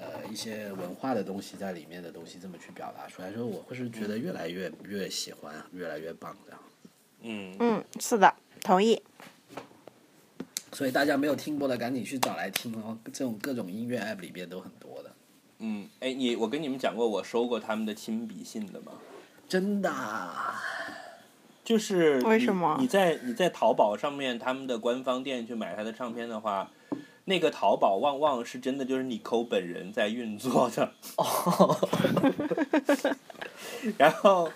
呃，一些文化的东西在里面的东西，这么去表达出来，所以我会是觉得越来越越喜欢，越来越棒这样。
嗯，
嗯，是的，同意。
所以大家没有听过的，赶紧去找来听哦。这种各种音乐 app 里边都很多的，
嗯，哎，你我跟你们讲过我收过他们的亲笔信的吗？
真的啊。
就是
为
你
什么
你在你在淘宝上面他们的官方店去买他的唱片的话，那个淘宝旺旺是真的就是你抠本人在运作的。 然后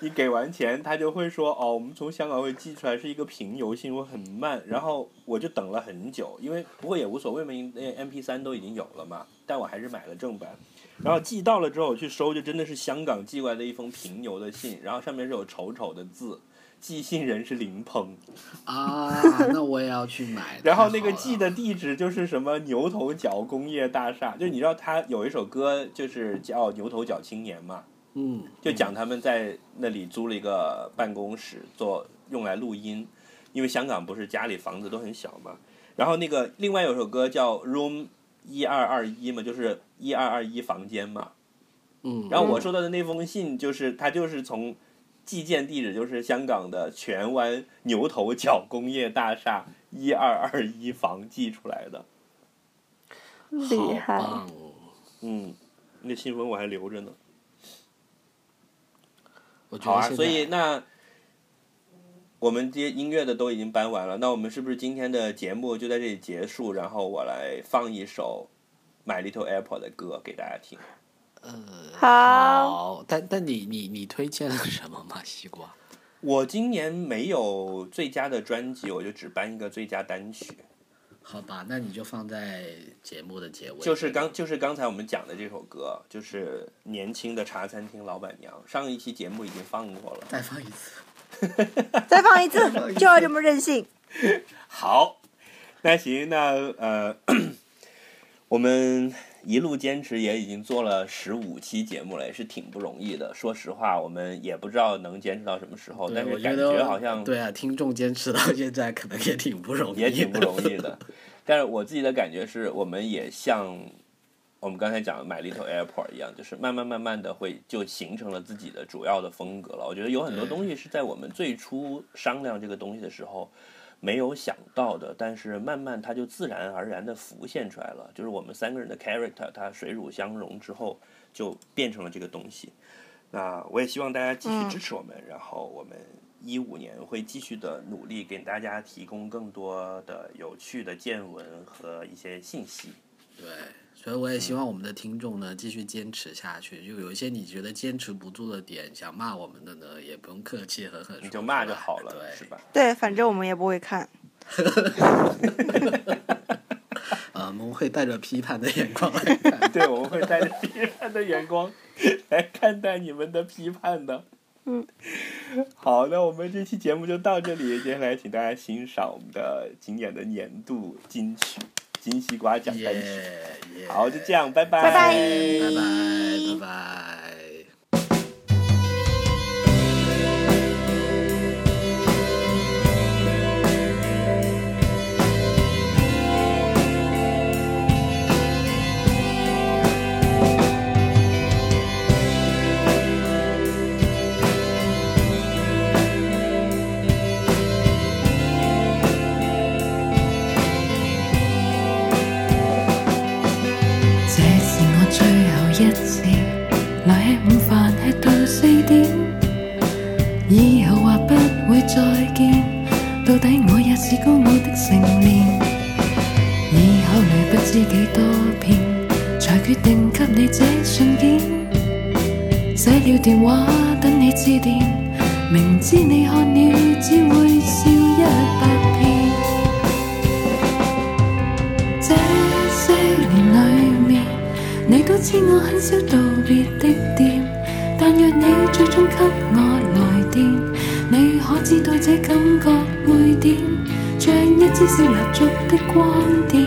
你给完钱，他就会说哦，我们从香港会寄出来是一个平邮信，我很慢。然后我就等了很久，因为不过也无所谓嘛，因为 M P 三都已经有了嘛，但我还是买了正版。然后寄到了之后，我去收，就真的是香港寄过来的一封平邮的信，然后上面是有丑丑的字，寄信人是林鹏，
啊， 那我也要去买。
然后
太
那个
好了
寄的地址就是什么牛头角工业大厦，就你知道他有一首歌就是叫《牛头角青年》嘛，
嗯，
就讲他们在那里租了一个办公室做用来录音，因为香港不是家里房子都很小嘛。然后那个另外有首歌叫《Room 一二二一》嘛，就是一二二一房间嘛。
嗯，
然后我收到的那封信就是他就是从寄件地址就是香港的荃湾牛头角工业大厦一二二一房寄出来的。
厉害
好棒哦
嗯，那信封我还留着呢。
我觉
好
得
啊，
现
所以
在
那我们这些音乐的都已经搬完了，那我们是不是今天的节目就在这里结束？然后我来放一首《My Little Airport》的歌给大家听。
好，
好，但但你你你推荐了什么吗？西瓜？
我今年没有最佳的专辑，我就只颁一个最佳单曲，
好吧，那你就放在节目的结尾。
就是刚就是刚才我们讲的这首歌，就是《年轻的茶餐厅老板娘》。上一期节目已经放过了。
再放一次。
再放一次，就要这么任性。
好，那行，那呃， 我们一路坚持也已经做了十五期节目了，也是挺不容易的。说实话，我们也不知道能坚持到什么时候，
对
但是
我觉
感
得
觉好像
对啊，听众坚持到现在可能也挺不容易，
也挺不容易。 的。但是我自己的感觉是，我们也像我们刚才讲的《买 Little Airport》一样，就是慢慢慢慢的会就形成了自己的主要的风格了。我觉得有很多
对
东西是在我们最初商量这个东西的时候没有想到的，但是慢慢它就自然而然的浮现出来了。就是我们三个人的 character，它水乳相融之后，就变成了这个东西。那我也希望大家继续支持我们，然后我们一五年会继续的努力，给大家提供更多的有趣的见闻和一些信息。
对，所以我也希望我们的听众呢继续坚持下去。就有一些你觉得坚持不住的点，想骂我们的呢，也不用客气，狠狠
你
说
就
出
骂
来
就好了，
对，
是？吧？
对，反正我们也不会看。
呃，我们会带着批判的眼光 来看。
对，我们会带着批判的眼光来看待你们的批判的。嗯， 好，那我们这期节目就到这里，接下来请大家欣赏我们的今年的年度金曲《金西瓜奖单曲》。
耶 耶，
好，就这样，拜拜，
拜拜
拜拜，拜拜。
這是我最後一次留喺午飯吃到四點，以後或不會再見。到底我也是高傲的成年，已考慮不知幾多遍，才決定給你這信件。寫了電話等你致電，明知你看了只會笑一百遍。這些年裏面，你都知我很少道別的店，但若你最終給我來電，你可知道這感覺會點？像一支小蠟燭的光點，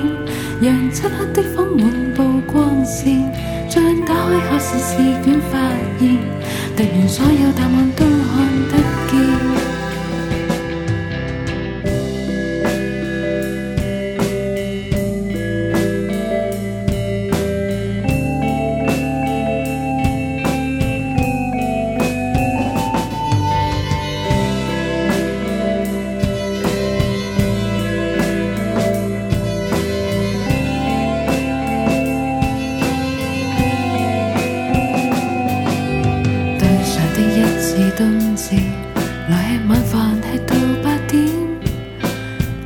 讓漆黑的房滿布光線，像打開考試試卷發現，突然所有答案都看得見。對上的一次冬至，來吃晚飯吃到八點，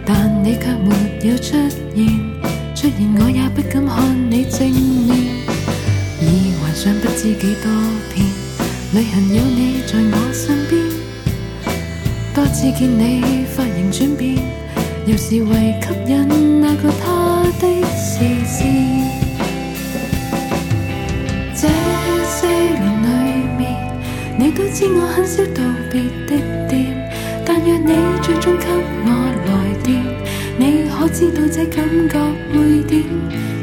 但你卻沒有出現，出現我也不敢看你正面，已幻想不知幾多遍，旅行有你在我身邊，多次見你髮型轉變，又是為吸引那個他的視線。這些年裏面，你都知我很少道別的店，但若你最終給我來電，你可知道這感覺會點？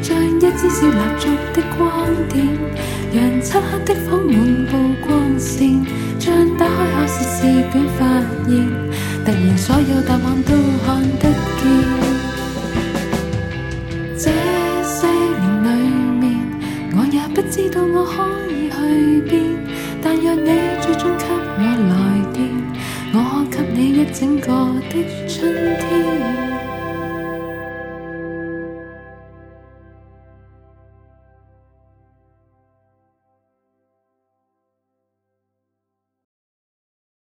像一支小蠟燭的光點，讓漆黑的房滿布光線，像打開考試試卷發現，突然所有答案都看得見。這些年裏面，我也不知道我可以去邊。但若你最終給我來電，我可給你一整個的春天。